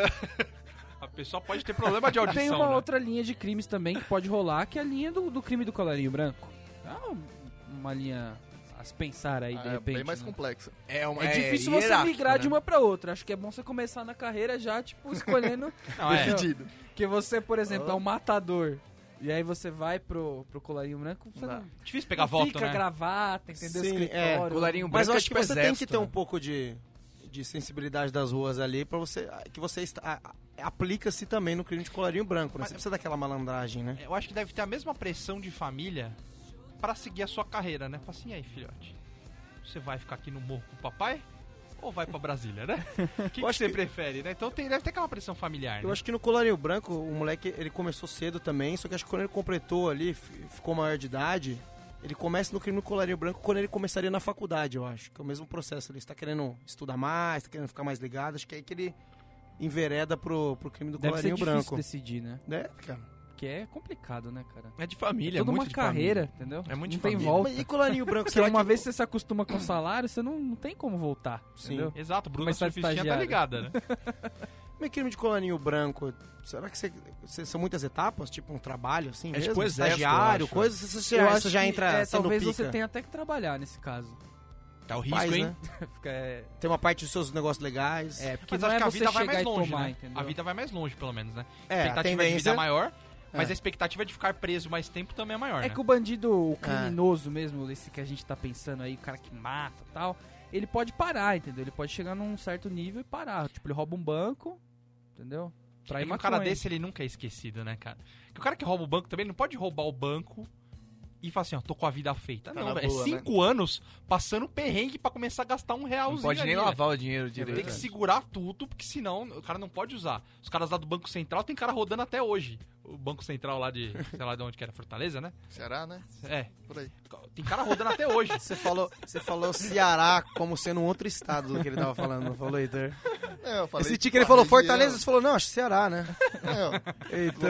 A pessoa pode ter problema de audição, Tem uma né? outra linha de crimes também que pode rolar, que é a linha do, do crime do colarinho branco. É uma- uma linha a se pensar aí, Ah, de é repente. bem mais né? complexa. É, uma, É difícil você hierárquico, migrar né? de uma pra outra. Acho que é bom você começar na carreira já, tipo, escolhendo Não, é. Decidido. que você, por exemplo, é um matador. E aí você vai pro, pro colarinho branco, você não, Difícil pegar a não volta, fica né? gravata, entendeu? Sim, é, Escritório. Colarinho branco Mas eu é acho que tipo você tem exército, que ter um né? pouco de, de sensibilidade das ruas ali pra você. ah, Que você está- a- a- aplica-se também no crime de colarinho branco, né? Você precisa daquela malandragem, né? Eu acho que deve ter a mesma pressão de família pra seguir a sua carreira, né? Fala assim, e aí, filhote, você vai ficar aqui no morro com o papai? Ou vai pra Brasília, né? O que, que você prefere, né? Então tem, deve ter aquela pressão familiar, Eu né? acho que no colarinho branco, o moleque, ele começou cedo também, só que acho que quando ele completou ali, fi- ficou maior de idade, ele começa no crime no colarinho branco quando ele começaria na faculdade, eu acho. Que é o mesmo processo, ele está querendo estudar mais, está querendo ficar mais ligado, acho que é aí que ele envereda pro, pro crime do Deve ser colarinho difícil branco. decidir, né? Né, cara? Porque é complicado, né, cara? É de família, é Toda muito uma de carreira, família. entendeu? É muito não de tem família. volta. Mas e colarinho branco, Porque será uma que- vez que você se acostuma com o salário, você não, não tem como voltar. Sim. Entendeu? Exato, Bruna Começar a Surfistinha estagiário. tá ligada, né? Meu crime de colarinho branco, será que você- você- são muitas etapas? Tipo um trabalho, assim, É tipo mesmo? exército, eu Estagiário, acho. coisa? Você, você Eu já, acho você já que, entra é, sendo Talvez pica? você tenha até que trabalhar nesse caso. Tá o risco, Paz, hein? né? Fica, é, Tem uma parte dos seus negócios legais. é, porque Mas não acho é que a você vida vai chegar mais e longe, tomar, né? entendeu? A vida vai mais longe, pelo menos, né? É, expectativa de vida é maior, mas É. a expectativa de ficar preso mais tempo também é maior, É né? que o bandido, o criminoso mesmo, esse que a gente tá pensando aí, o cara que mata e tal, ele pode parar, entendeu? Ele pode chegar num certo nível e parar. Tipo, ele rouba um banco, entendeu? Pra É Tá ir que um maconha. cara desse, ele nunca é esquecido, né, cara? Porque o cara que rouba o banco também, ele não pode roubar o banco e falar assim, ó, tô com a vida feita. Tá não, na velho. boa, É cinco anos passando perrengue pra começar a gastar um realzinho Não pode nem ali, velho. lavar né, o dinheiro Tem que direito. segurar tudo, porque senão o cara não pode usar. Os caras lá do Banco Central, tem cara rodando até hoje. O Banco Central lá de, sei lá de onde que era, Fortaleza, né? Ceará, né? É, Por aí. tem cara rodando até hoje. Você falou, você falou Ceará como sendo um outro estado do que ele tava falando, não falou, Heitor? Não, É, eu falei, É, Esse tique ele falou região. Fortaleza, você falou, não, acho Ceará, né? Não, Heitor.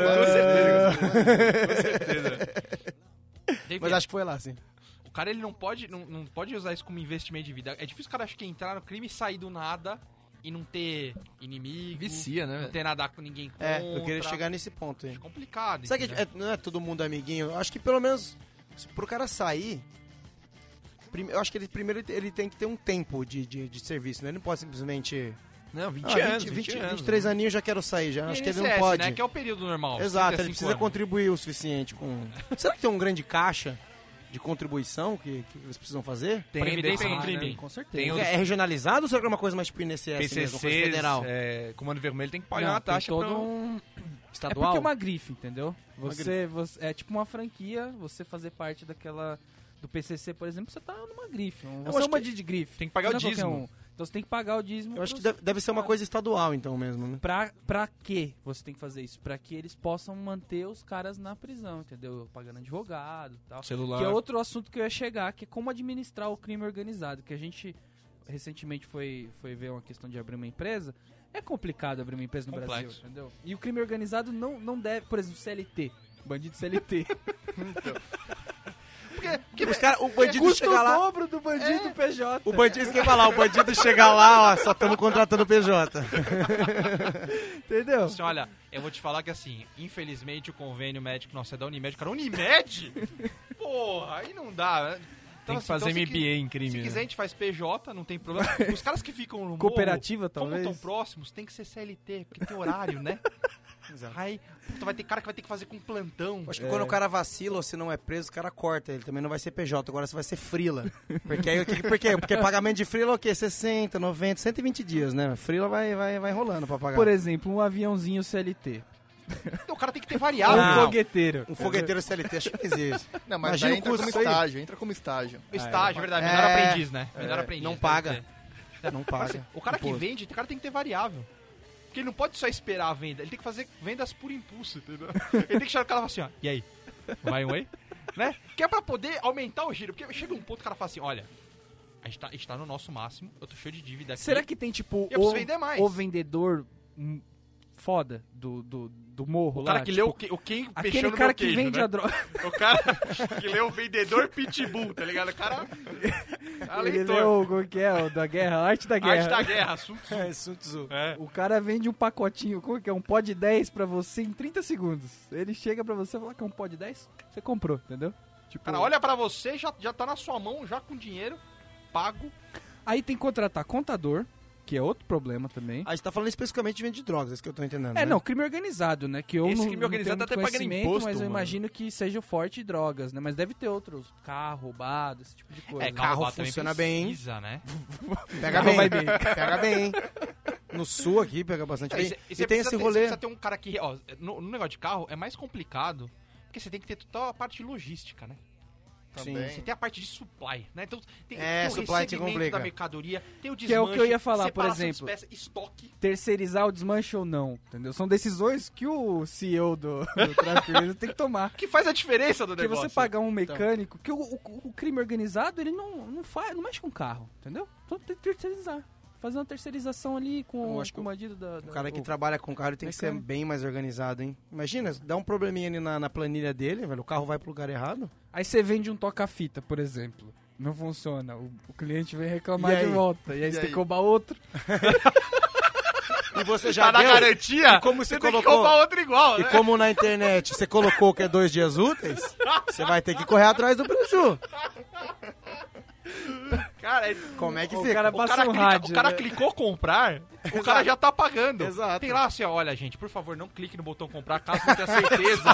Tem- Mas acho que foi lá, sim. O cara ele não pode, não, não pode usar isso como investimento de vida. É difícil o cara acho que entrar no crime e sair do nada e não ter inimigo, Vicia, né? não velho? ter nada com ninguém contra. É, eu queria chegar nesse ponto aí. Acho complicado. Sabe que entendeu? é- não é todo mundo amiguinho? Eu Acho que pelo menos se pro cara sair. prime- Eu acho que ele primeiro ele tem que ter um tempo de, de, de serviço, né? Ele não pode simplesmente. Não, Ah, 20 anos, 20, 20, anos. 23 né?" aninhos já quero sair, já. Acho que ele não INSS, pode. Né, que é o período normal. Exato, ele 35 precisa anos. contribuir o suficiente com. Será que tem um grande caixa de contribuição que, que eles precisam fazer? Tem, Previdência Ah, é um né? depende. crime. Com certeza. Tem o- É regionalizado ou será que é uma coisa mais tipo INSS mesmo, coisa PCC, federal? é, Comando Vermelho tem que pagar Não, uma tem taxa todo pra... um... É Estadual? porque é uma grife, entendeu? Você, você- é tipo uma franquia, você fazer parte daquela do PCC, por exemplo, você tá numa grife. Um, Eu você é acho uma que- de grife. tem que pagar Não o é qualquer dízimo. um. Então você tem que pagar o dízimo. Eu acho que pros- deve, deve ser uma coisa estadual então mesmo, né? Pra, pra que você tem que fazer isso? Pra que eles possam manter os caras na prisão, entendeu? Pagando advogado e tal. um Celular. Que é outro assunto que eu ia chegar, que é como administrar o crime organizado. Que a gente recentemente foi, foi ver uma questão de abrir uma empresa. É complicado abrir uma empresa no Complexo. Brasil, entendeu? E o crime organizado não, não deve, por exemplo, CLT. Bandido CLT. Porque os cara, o bandido chega lá. dobro do bandido PJ. O bandido, isso que eu ia falar, o bandido chega lá, ó, só estamos contratando o PJ. Entendeu? Então, Assim, olha, eu vou te falar que assim, infelizmente o convênio médico nosso é da Unimed. Cara, Unimed? Porra, aí não dá. né? Então, Tem que assim, fazer então, se MBA qui- em crime. Se né? quiser, a gente faz PJ, não tem problema. Os caras que ficam no morro, Cooperativa, talvez. Como tão próximos, tem que ser CLT, porque tem horário, né? Aí, puta, vai ter cara que vai ter que fazer com plantão. Acho que quando o cara vacila ou se não é preso, o cara corta. Ele também não vai ser PJ, agora você vai ser frila. Porque aí o que. Por quê? Porque pagamento de frila é o quê? 60, 90, 120 dias, né? Frila vai, vai, vai rolando pra pagar. Por exemplo, um aviãozinho CLT. O Então, cara tem que ter variável. um fogueteiro. Um fogueteiro CLT, acho que não existe. Não, mas Imagina daí o entra custo como disso aí. estágio, entra como estágio. Ah, Estágio, verdade. É. Melhor aprendiz, né? Melhor É, aprendiz. não deve paga. ter. Não paga. O cara que Imposto. vende, o cara tem que ter variável. Porque ele não pode só esperar a venda, ele tem que fazer vendas por impulso, entendeu? Ele tem que chegar no cara e falar assim, ó, e aí? Vai um aí? né? Que é pra poder aumentar o giro. Porque chega um ponto que o cara fala assim, olha, a gente tá, a gente tá no nosso máximo, eu tô cheio de dívida aqui. Será que tem, tipo, Eu preciso vender mais. o, o vendedor hum, foda do, do, do morro o cara lá? que tipo, leu o, que, o quem Aquele fechando cara meu que queijo, vende né? a droga. O cara que leu o vendedor pitbull, tá ligado? O cara... Ah, Ele leitor. leu o como que é, o da guerra, a arte da A guerra. arte da guerra, assunto. É, Sun Tzu. É. O cara vende um pacotinho, como que é? Um pó de 10 pra você em 30 segundos. Ele chega pra você e fala que é um pó de 10, você comprou, entendeu? Tipo, O cara olha pra você, já, já tá na sua mão, já com dinheiro, pago. Aí tem que contratar contador, que é outro problema também. A gente tá falando especificamente de venda de drogas, é isso que eu tô entendendo. É, né? não, crime organizado, né? Que eu Esse não, crime não tenho organizado até muito paga conhecimento, imposto, Mas eu mano. imagino que seja o forte de drogas, né? Mas deve ter outros. Carro, roubado, esse tipo de coisa. né? carro funciona bem. Precisa, né? Pega Não bem, vai bem. Pega bem, hein? No sul aqui pega bastante É, bem. e cê- E, cê tem precisa esse ter- rolê. cê precisa ter um cara que, ó, no, no negócio de carro é mais complicado, porque você tem que ter toda a parte de logística, né? Também. Você tem a parte de supply, né? Então tem, tem É, o supply te recebimento complica. da mercadoria, tem o desmanche, Que é o que eu ia falar, por separação de exemplo. espécie, estoque. Terceirizar o desmanche ou não, entendeu? São decisões que o CEO do, do tráfico organizado tem que tomar. Que faz a diferença do Porque negócio. Então. você pagar um mecânico, que o, o- o crime organizado, ele não, não faz, não mexe com carro, entendeu? Então tem que terceirizar. Fazer uma terceirização ali com, Eu acho com o bandido da... da O cara que o- trabalha com carro tem que ser Mecânico. bem mais organizado, hein? Imagina, dá um probleminha ali na, na planilha dele, velho, o carro vai pro lugar errado. Aí você vende um toca-fita, por exemplo. Não funciona. O, o cliente vem reclamar E de aí? volta. E aí E você tem aí? que roubar outro. E você já Tá na deu? garantia, E como você você tem que colocou? comprar outro igual, né? E né? como na internet você colocou que é dois dias úteis, você vai ter que correr atrás do preju. Cara, é- Como é que O fica? cara O passa cara, um clica- rádio. o cara né? clicou comprar, o cara já tá pagando. Exato. Tem lá assim, ó, olha, gente, por favor, não clique no botão comprar caso não tenha certeza.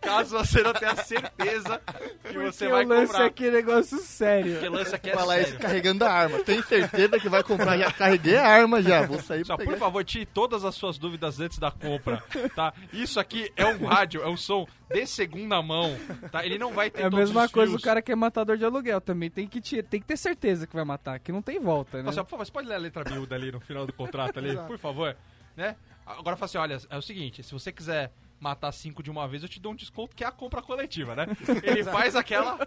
caso você não tenha certeza que você Porque vai o lance comprar. aqui é negócio sério. Porque lance aqui é Vai lá sério. isso carregando a arma. Tem certeza que vai comprar? Já carreguei a arma já. Vou sair Só, pra Assim, por pegar. favor, tire todas as suas dúvidas antes da compra, tá? Isso aqui é um rádio, é um som de segunda mão, tá? Ele não vai ter É a todos mesma os coisa fios. o cara que é matador de aluguel também. Tem que, te- tem que ter certeza que vai matar, que não tem volta, né? Fala assim, ó, por favor, você pode ler a letra miúda ali no final do contrato ali, por favor, né? Agora fala assim, olha, é o seguinte, se você quiser matar cinco de uma vez, eu te dou um desconto que é a compra coletiva, né? Ele faz aquela,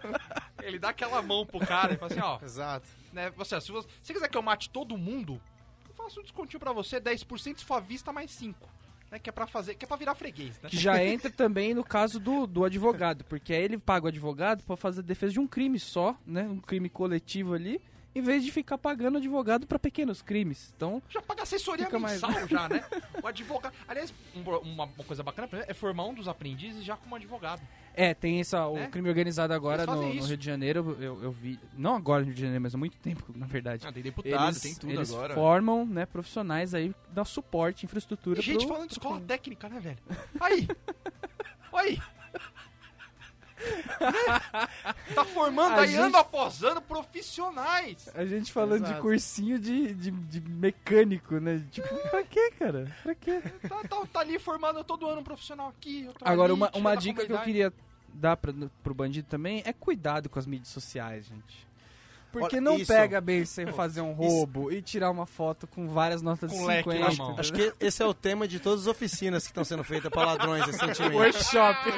ele dá aquela mão pro cara e fala assim, ó, Exato. né, você, se você, se você quiser que eu mate todo mundo, eu faço um descontinho pra você, 10% se for à vista mais 5, né? Que é pra fazer, que é pra virar freguês, né? Que já entra também no caso do, do advogado, porque aí ele paga o advogado pra fazer a defesa de um crime só, né? Um crime coletivo ali, em vez de ficar pagando o advogado pra pequenos crimes. Então, Já paga assessoria Fica mais- mensal já, né? O advogado... Aliás, um- uma, uma coisa bacana por exemplo, é formar um dos aprendizes já como advogado. é, tem essa, o É? crime organizado agora Eles no, fazem no isso. Rio de Janeiro, eu, eu vi, não agora no Rio de Janeiro, mas há muito tempo, na verdade. Ah, tem tá, deputado, eles tem tudo eles agora. formam, né, profissionais aí, dá suporte, infraestrutura E gente pro- falando de pro escola crime. técnica, né, velho? Aí! Aí! Né? Tá formando A aí, gente- ano após ano, profissionais! A gente falando de Exato. cursinho de, de, de mecânico, né? Tipo, pra quê, cara? Pra quê? Tá, tá- tá ali formando todo ano um profissional aqui. outro Agora, ali, uma, tirando uma a dica que eu comunidade. queria dar pra, pro bandido também é cuidado com as mídias sociais, gente. Porque Olha, não isso- pega bem você fazer um roubo e tirar uma foto com várias notas Com de leque na 50. mão. Acho que esse é o tema de todas as oficinas que estão sendo feitas para ladrões recentemente. Workshop.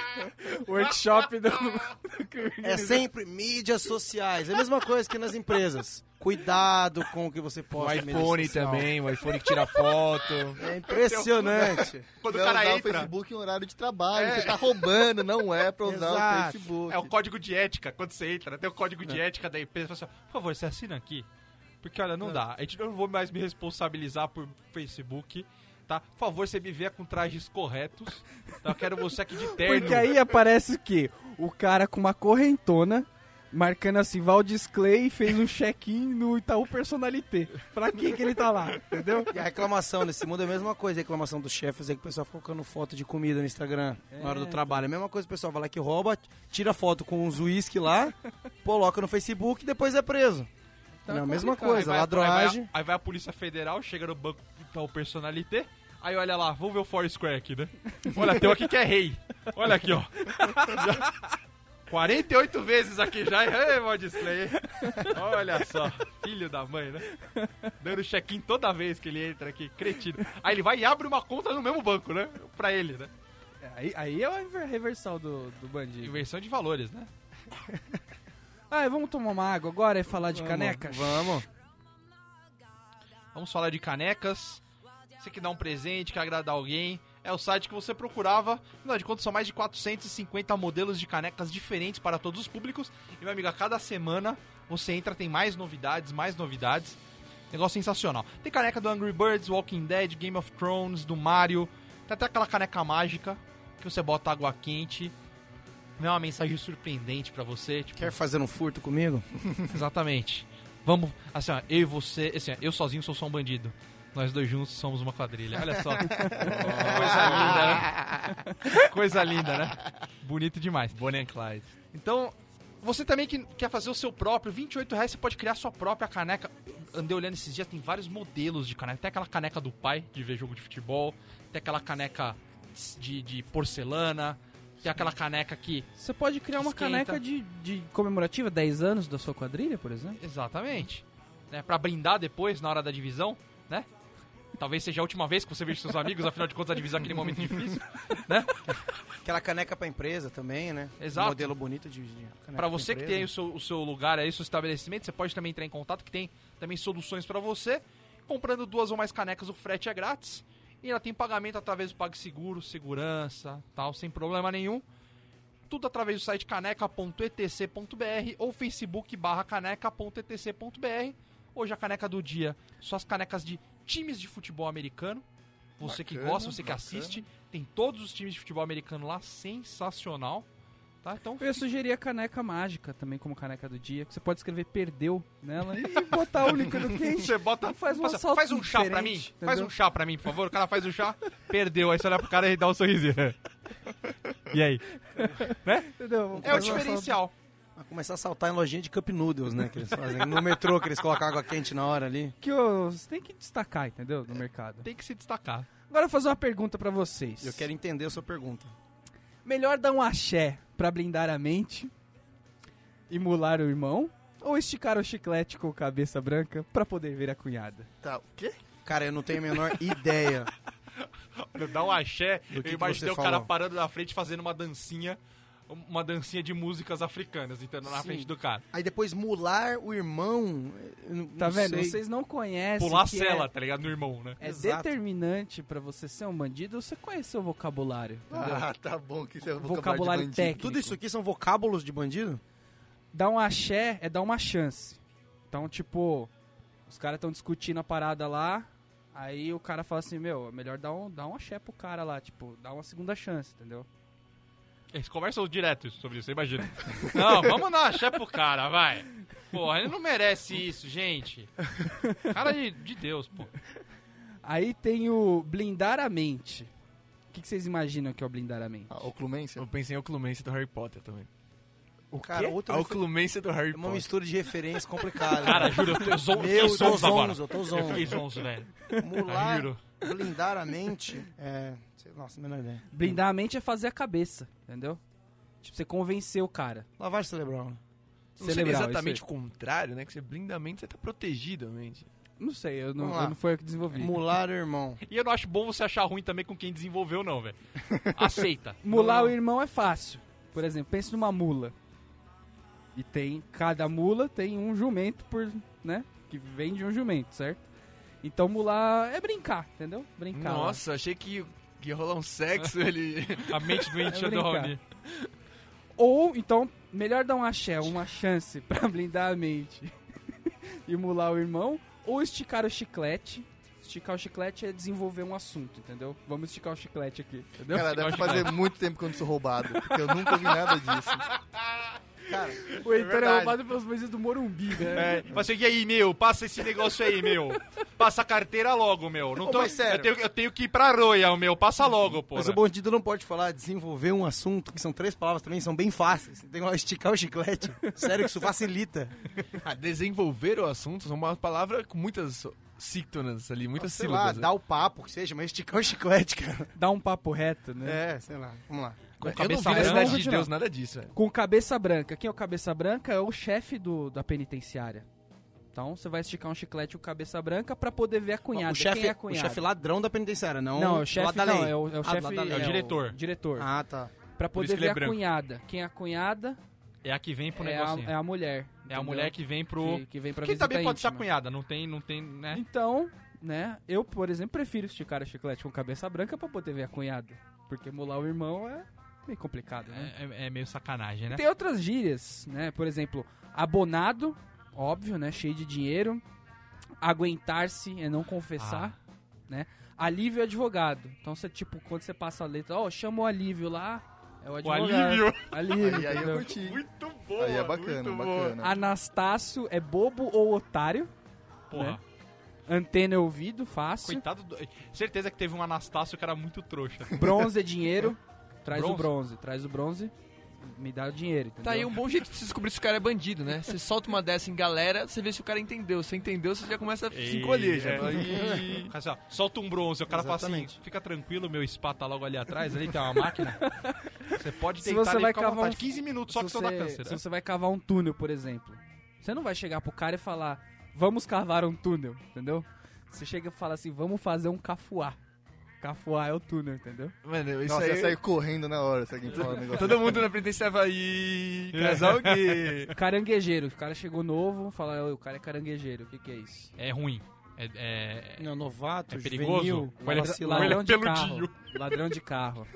Workshop do, do crime. É sempre mídias sociais. É a mesma coisa que nas empresas. Cuidado com o que você O posta. em mídia iPhone social. também, o iPhone que tira foto. É impressionante. Quando o Vai cara usar entra, o Facebook em horário de trabalho. Você tá roubando, não é pra usar Exato. o Facebook. é o código de ética. Quando você entra, né? tem o código de ética da empresa. Fala assim, ó, por favor, você assina aqui. Porque, olha, Né. não dá. A gente não vou mais me responsabilizar por Facebook, tá? Por favor, você me vê com trajes corretos. Tá? Eu quero você aqui de terno. Porque aí aparece o quê? O cara com uma correntona, marcando assim, Valdis Clay fez um check-in no Itaú Personalité. Pra que que ele tá lá, entendeu? E a reclamação nesse mundo é a mesma coisa. A reclamação dos chefes é que o pessoal fica colocando foto de comida no Instagram na hora do trabalho. É a mesma coisa o pessoal vai lá que rouba, tira foto com uns uísque lá, coloca no Facebook e depois é preso. Então não, é a mesma complicado. coisa, Aí vai- ladroagem. Aí vai, a- aí vai a Polícia Federal, chega no banco tal tá personalité. Aí olha lá, vou ver o Foursquare aqui, né? Olha, tem um aqui que é rei. Olha aqui, ó. Já- 48 vezes aqui já, hein? Ei, mal display. Olha só, filho da mãe, né? Dando check-in toda vez que ele entra aqui, cretino. Aí ele vai e abre uma conta no mesmo banco, né? Pra ele, né? Aí, aí é o inver- reversal do, do bandido. Inversão de valores, né? Ah, vamos tomar uma água agora e falar de caneca? Vamos. Vamos falar de canecas. Você que dá um presente, quer agradar alguém. É o site que você procurava. Afinal de contas, são mais de 450 modelos de canecas diferentes para todos os públicos. E, meu amigo, a cada semana você entra, tem mais novidades, mais novidades. Negócio sensacional. Tem caneca do Angry Birds, Walking Dead, Game of Thrones, do Mario. Tem até aquela caneca mágica que você bota água quente. Vem uma mensagem surpreendente pra você. Tipo, Quer fazer um furto comigo? Exatamente. Vamos, assim, ó, eu e você, assim, ó, eu sozinho sou só um bandido. Nós dois juntos somos uma quadrilha. Olha só. Coisa linda, né? Coisa linda, né? Bonito demais. Bonnie and Clyde. Então, você também que quer fazer o seu próprio, R$ 28 reais você pode criar sua própria caneca. Andei olhando esses dias, tem vários modelos de caneca. Tem aquela caneca do pai, de ver jogo de futebol. Tem aquela caneca de, de porcelana. Tem aquela caneca que... Você pode criar uma Esquenta. caneca de, de comemorativa, 10 anos da sua quadrilha, por exemplo. Exatamente. Né, para brindar depois, na hora da divisão, né? Talvez seja a última vez que você veja seus amigos, afinal de contas, a divisão é aquele momento difícil. Aquela caneca pra empresa também, né? Exato. Um modelo bonito de, de né, caneca Para você que empresa. tem aí o seu, o seu lugar aí, seu estabelecimento, você pode também entrar em contato, que tem também soluções para você. Comprando duas ou mais canecas, o frete é grátis. E ela tem pagamento através do PagSeguro, segurança, tal, sem problema nenhum. Tudo através do site caneca.etc.br ou facebook barra caneca.etc.br. Hoje a caneca do dia, só as canecas de times de futebol americano. Você que Bacana, gosta, você que bacana. assiste, tem todos os times de futebol americano lá, sensacional. Tá? Então Eu ia sugerir a caneca mágica também como caneca do dia, que você pode escrever perdeu nela e botar o líquido quente. Você bota. Faz um passa- assalto faz um chá pra mim. diferente, Faz entendeu? um chá pra mim, por favor. O cara faz o chá, perdeu. Aí você olha pro cara e dá um sorrisinho. E aí? Entendeu? Vamos É o fazer uma diferencial. Vai começar a saltar em lojinha de cup noodles, né? Que eles fazem. No metrô que eles colocam água quente na hora ali. Que ô, você tem que destacar, entendeu? No mercado. Tem que se destacar. Agora eu vou fazer uma pergunta pra vocês. Eu quero entender a sua pergunta. Melhor dar um axé pra blindar a mente, emular o irmão, ou esticar o chiclete com cabeça branca pra poder ver a cunhada? Tá, o quê? Cara, eu não tenho a menor ideia. Dá um axé. Do que eu que imaginei você o cara falou? parando na frente fazendo uma dancinha. Uma dancinha de músicas africanas, entendeu? Na Sim. frente do cara. Aí depois mular o irmão. eu não- Tá não vendo? sei. Vocês não conhecem. Pular a que cela, É... tá ligado? No irmão, né? É Exato. determinante pra você ser um bandido você conhecer o vocabulário. entendeu? Ah, tá bom, que isso é Vocabulário vocabulário de bandido. técnico. Tudo isso aqui são vocábulos de bandido? dar um axé é dar uma chance. Então, tipo, os caras estão discutindo a parada lá, aí o cara fala assim, meu, é melhor dar um, dar um axé pro cara lá, tipo, dar uma segunda chance, entendeu? Eles conversam direto sobre isso, você imagina. Não, vamos dar um axé pro cara, vai. Porra, ele não merece isso, gente. Cara de, de Deus, pô. Aí tem o blindar a mente. O que, que vocês imaginam que é o blindar a mente? Ah, oclumência? Eu pensei em Oclumência do Harry Potter também. O Cara, outra A refer- Oclumência do Harry é uma Potter. mistura de referências complicada. Cara, juro, eu tô zonzo, Meu, eu tô zonzo agora. zonzo, eu tô Eu fiquei zonzo. zonzo, velho. Mular, né? juro. blindar a mente. É. sei- Nossa, menor ideia. Blindar a mente é fazer a cabeça, entendeu? Tipo, você convencer o cara. Lavagem cerebral. né? Não seria Cerebral, exatamente isso o contrário, né? Que você blinda a mente, você tá protegido a mente. Não sei, eu não, Vamos lá. eu não foi eu que desenvolvi. Mular o irmão. E eu não acho bom você achar ruim também com quem desenvolveu, não, velho. Aceita. Mular o irmão é fácil. Por exemplo, pense numa mula. E tem, cada mula tem um jumento por, né? Que vem de um jumento, certo? Então mular é brincar, entendeu? Brincar. lá. Nossa, achei que que ia rolar um sexo, ele... A mente doentia É do brincar. Raoni. Ou, então, melhor dar um axé, uma chance pra blindar a mente e mular o irmão. Ou esticar o chiclete. Esticar o chiclete é desenvolver um assunto, entendeu? Vamos esticar o chiclete aqui, entendeu? Cara, deve acho fazer muito tempo que eu não sou roubado, porque eu nunca vi nada disso. Cara, o Heitor é, verdade. roubado pelos bandidos do Morumbi, né? É, mas assim, e aí, meu? Passa esse negócio aí, meu. Passa a carteira logo, meu. Não Ô, tô, mas sério. eu, tenho, eu tenho que ir pra Royal, meu. Passa logo, pô. mas o bandido não pode falar desenvolver um assunto, que são três palavras também, são bem fáceis. Tem que esticar o chiclete. Sério que isso facilita. Ah, desenvolver o assunto é uma palavra com muitas síctonas ali, muitas sei lá, sílabas. né? dá o papo, que seja, mas esticar o chiclete, cara. Dá um papo reto, né? É, sei lá, vamos lá. né? Eu não cabeça vi na branca. cidade de Deus nada disso, né? velho. Com cabeça branca. Quem é o cabeça branca? É o chefe do, da penitenciária. Então você vai esticar um chiclete com cabeça branca pra poder ver a cunhada. o chefe Quem é a o cunhada? chefe ladrão da penitenciária, não, Não, é lá o chefe da lei. não, é o, é o Ah, do chefe lado da lei. É o diretor. diretor. Ah, tá. Pra Por isso poder que ele ver é a branco. cunhada. Quem é a cunhada É a que vem pro é a, negocinho. é a mulher. É a entendeu? mulher que vem pro. que, que vem pra Quem visita também pode ser a íntima. cunhada, não tem, não tem, né? Então, né, eu, por exemplo, prefiro esticar o chiclete com cabeça branca pra poder ver a cunhada. Porque molar o irmão é meio complicado, né? É, é- é meio sacanagem, né? Tem outras gírias, né? Por exemplo, abonado, óbvio, né? Cheio de dinheiro. Aguentar-se é não confessar. Alívio é advogado. Então você, tipo, quando você passa a letra, ó, chama o alívio lá. É o O advogado. alívio. Alívio. Aí, é aí eu entendeu? curti. Muito bom. Aí é bacana, bacana. Anastácio é bobo ou otário. Porra, né? Antena é ouvido, fácil. coitado do. Certeza que teve um Anastácio que era muito trouxa. Bronze é dinheiro. Traz o Bronze? bronze, traz o bronze. Me dá o dinheiro, entendeu? Tá aí um bom jeito de se descobrir se o cara é bandido, né? Você solta uma dessa em galera, você vê se o cara entendeu. Se entendeu, você já começa a se encolher. Já. É. Ih, cara, assim, ó, solta um bronze, o cara fala assim, Exatamente. fica tranquilo, meu spa tá logo ali atrás, ali tem uma máquina. Você pode Se deitar você ali vai e ficar à cavar vontade. um- 15 minutos só que se você dá você, câncer. é. né? se você vai cavar um túnel, por exemplo, você não vai chegar pro cara e falar, vamos cavar um túnel, entendeu? Você chega e fala assim, vamos fazer um cafuá. Cafuá é o túnel, entendeu? Mano, isso Nossa, eu aí... saí correndo na hora se alguém falar um negócio. Todo mundo na penitência vai... "Ih, Casal gay. Caranguejeiro, o cara chegou novo, fala, "Ô, o cara é caranguejeiro, o que, que é isso? É ruim. É, é- Não, novato, É perigoso? juvenil, tá Ou ele é- vacilão. ou ele é carro. peludinho. Ladrão de carro.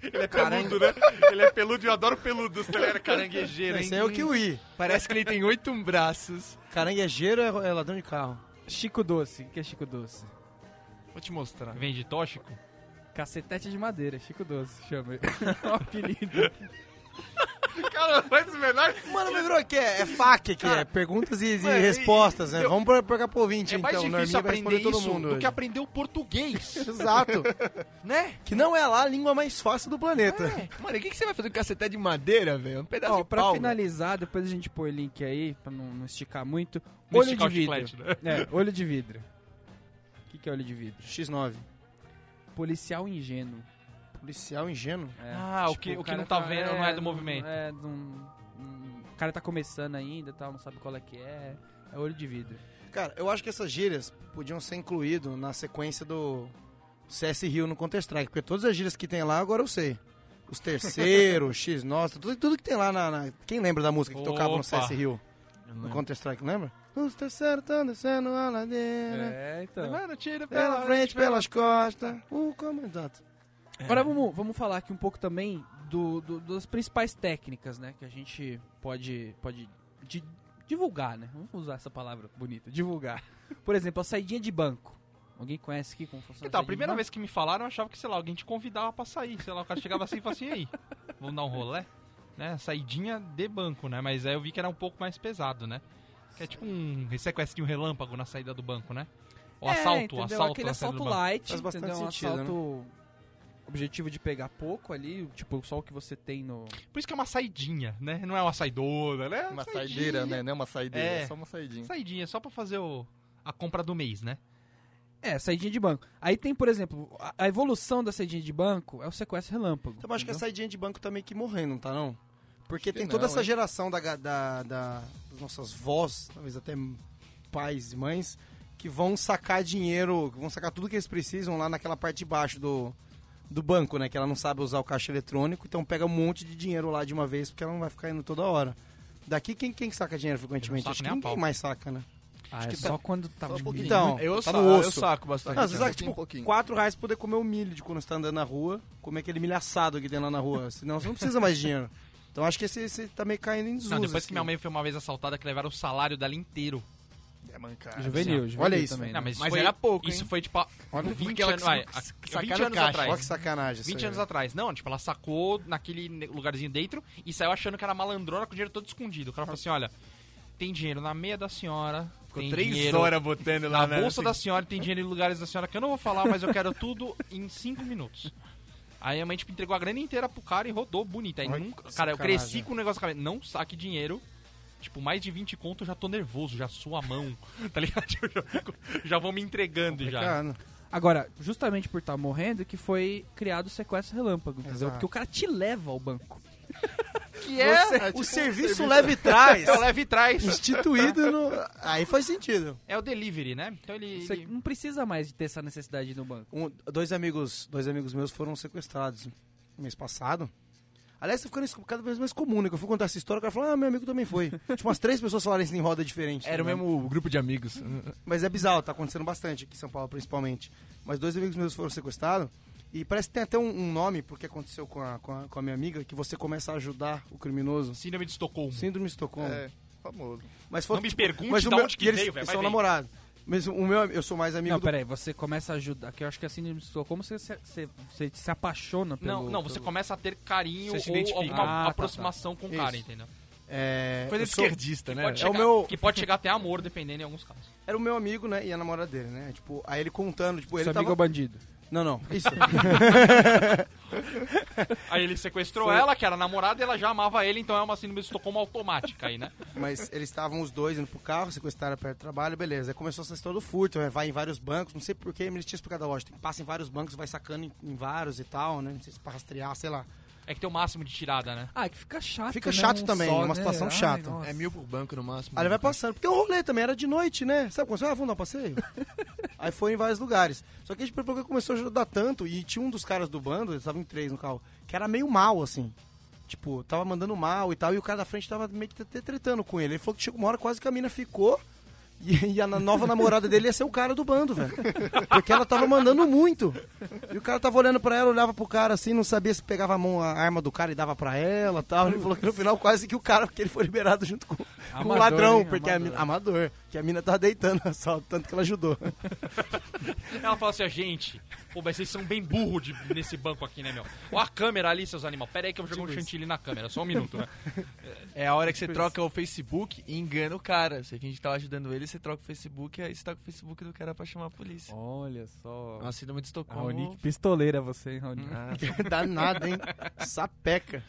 Ele é peludo, né? Ele é peludo e eu adoro peludos. Ele era caranguejeiro, hein? Esse aí é o kiwi. Parece que ele tem oito braços. Caranguejeiro é é ladrão de carro. Chico Doce, o que é Chico Doce? Vou te mostrar. Vende tóxico? Cacetete de madeira, Chico Doce, chama ele. É o apelido. Cara, faz o melhor. Mano, lembrou o que é? É fac que é. Perguntas e, e mano, respostas, né? eu- Vamos pra- pegar pro ouvinte, É mais então. O Norminha difícil vai aprender responder isso todo mundo do hoje. que aprender o português. Exato. né? Que não é lá a língua mais fácil do planeta. Mano, o que, que você vai fazer com caceté de madeira, velho? Um pedaço Ó, de pra né? pau. finalizar, depois a gente põe o link aí, pra não, não esticar muito. Não olho esticar de o vidro. chiclete, né? É, olho de vidro. O que, que é olho de vidro? X9. Policial ingênuo. Policial ingênuo. É. Ah, o Tipo, que, o que cara não tá vendo não é do movimento. É, não- não- o cara tá começando ainda, tal, não sabe qual é que é. É olho de vidro. Cara, eu acho que essas gírias podiam ser incluídas na sequência do CS Rio no Counter-Strike, porque todas as gírias que tem lá agora eu sei. Os terceiros, X Nossa, tudo, tudo que tem lá na, na- Quem lembra da música que tocava Opa. no CS Rio? No Counter-Strike, lembra? Os terceiros estão descendo a ladeira. É, então. Mano, tira Pela frente, pelas costas. O comandante. Agora vamos, vamos falar aqui um pouco também do, do- das principais técnicas, né? Que a gente pode, pode di- divulgar, né? Vamos usar essa palavra bonita, divulgar. Por exemplo, a saidinha de banco. Alguém conhece aqui como funciona a Então, a saidinha de primeira banco? vez que me falaram, eu achava que, sei lá, alguém te convidava pra sair. Sei lá, o cara chegava assim e falava assim, e aí, vamos dar um rolê? Né? Saidinha de banco, né? Mas aí eu vi que era um pouco mais pesado, né? Que é tipo um sequestrinho relâmpago na saída do banco, né? O É, assalto, o entendeu? assalto Aquele na saída assalto do banco. light, Faz bastante entendeu? Um sentido, né? assalto objetivo de pegar pouco ali, tipo, só o que você tem no... Por isso que é uma saidinha, né? Não é uma saidona, né? É Uma saideira, né? Não é uma saideira, É. é só uma saidinha. Saidinha, só pra fazer o- a compra do mês, né? É, saidinha de banco. Aí tem, por exemplo, a- a evolução da saidinha de banco é o sequestro relâmpago. Então eu acho que a entendeu? saidinha de banco tá meio que morrendo, não tá não? Porque que tem toda não, essa hein? geração da, ga- da, da- das nossas vós, talvez até pais e mães, que vão sacar dinheiro, que vão sacar tudo que eles precisam lá naquela parte de baixo do, do banco, né? Que ela não sabe usar o caixa eletrônico, então pega um monte de dinheiro lá de uma vez, porque ela não vai ficar indo toda hora. Daqui quem, quem que saca dinheiro frequentemente? saco Acho que nem a ninguém pau. mais saca, né? Ah, é que só quando tá... só um pouquinho. Então, Eu, tá sa- no osso. eu saco bastante. Não, você Então, um saca, pouquinho, tipo, um pouquinho. 4 reais pra poder comer o milho de quando você tá andando na rua, comer aquele milho assado que tem lá na rua. Senão você não precisa mais de dinheiro. Então acho que esse, esse tá meio caindo em desuso. Não, depois assim. que minha mãe foi uma vez assaltada, que levaram o salário dela inteiro. É mancada. Juvenil, Assim, juvenil olha isso. também. Não, né? mas, isso Mas foi- era pouco, Isso hein? foi tipo. a- Olha 20 anos, vai, a- sacaram 20 anos caixa. Olha atrás. que sacanagem. isso 20 aí, anos velho. atrás. Não, tipo, ela sacou naquele ne- lugarzinho dentro e saiu achando que era malandrona com o dinheiro todo escondido. O cara falou assim: olha, tem dinheiro na meia da senhora. Ficou tem três dinheiro horas botando lá Na né? assim. bolsa Tá da senhora tem dinheiro em lugares da senhora que eu não vou falar, mas eu quero tudo em cinco minutos. Aí a mãe tipo, entregou a grana inteira pro cara e rodou bonita. Aí Olha nunca, que cara, eu sacanagem. cresci com o negócio na cabeça. Não saque dinheiro Tipo, mais de 20 conto eu já tô nervoso, já suo a mão, tá ligado? Eu já, fico- já vão me entregando já. Cara, Agora, justamente por estar morrendo, que foi criado o sequestro relâmpago, entendeu? Exato. Porque o cara te leva ao banco. Que é, você- é tipo o um serviço leve trás, É o leve e traz. instituído no... Aí faz sentido. É o delivery, né? Então ele. Você ele- não precisa mais de ter essa necessidade de ir no banco. Um- dois, amigos, dois amigos meus foram sequestrados mês passado. Aliás, tá ficando isso cada vez mais comum, né? Que eu fui contar essa história, o cara falou, ah, meu amigo também foi. tipo, umas três pessoas falaram isso em roda diferente. Era o né? mesmo grupo de amigos. Mas é bizarro, tá acontecendo bastante aqui em São Paulo, principalmente. Mas dois amigos meus foram sequestrados. E parece que tem até um, um nome, porque aconteceu com a, com, a, com a minha amiga, que você começa a ajudar o criminoso. Síndrome de Estocolmo. Síndrome de Estocolmo. É, famoso. Mas Não foram, me pergunte mas de o meu- onde que e eles veio, velho. vai são ver. namorados. Mas o meu, eu sou mais amigo não, do... peraí, você começa a ajudar. Que eu acho que assim, como você, se- você, você se apaixona pelo. Não, não, você pelo- começa a ter carinho Você se ou identifica. alguma Ah, tá, aproximação com o cara, Isso. entendeu? É, Coisa eu de sou- esquerdista, né? Pode É o chegar- meu- Que pode chegar até amor, dependendo em alguns casos. Era o meu amigo, né? E a namorada dele, né? Tipo, aí ele contando, tipo, Seu ele amigo é tava... o bandido. Não, não, isso. Aí ele sequestrou ela, que era namorada, e ela já amava ele, então é uma síndrome de Estocolmo automática aí, né? Mas eles estavam os dois indo pro carro, sequestraram perto do trabalho, beleza. Aí começou essa história do furto, né? vai em vários bancos, não sei porquê, eles tinham explicado a lógica. Passa em vários bancos, vai sacando em, em vários e tal, né? Não sei se pra rastrear, sei lá. É que tem o máximo de tirada, né? Ah, que fica chato. Fica né? chato Um também, só, é uma né? situação Ai, chata. nossa. É mil por banco no máximo. Aí ele vai passando, porque o rolê também era de noite, né? Sabe quando você vai, ah, vamos dar um passeio? Aí foi em vários lugares. Só que a gente provou que começou a ajudar tanto, e tinha um dos caras do bando, eles estavam em três no carro, que era meio mal, assim. Tipo, tava mandando mal e tal, e o cara da frente tava meio que até tretando com ele. Ele falou que chegou uma hora quase que a mina ficou. E, e a na- nova namorada dele ia ser o cara do bando, velho. Porque ela tava mandando muito. E o cara tava olhando pra ela, olhava pro cara assim, não sabia se pegava a mão, a arma do cara e dava pra ela e tal. Ele falou que no final quase que o cara, porque ele foi liberado junto com, com o Amador, ladrão. hein? porque a mina, amador, que a mina tava deitando só, tanto que ela ajudou. Ela fala assim, ó, gente, pô, mas vocês são bem burro de, nesse banco aqui, né, meu? Ó a câmera ali, seus animais. Pera aí que eu vou jogar um chantilly na câmera, só um minuto, né? É a hora que você troca o Facebook e engana o cara. Você finge que tá ajudando ele, você troca o Facebook, aí você tá com o Facebook do cara pra chamar a polícia. Olha só. Uma síndrome de Raoni, Estocolmo. que pistoleira você, hein, Raoni? Ah, Danada, hein? Sapeca.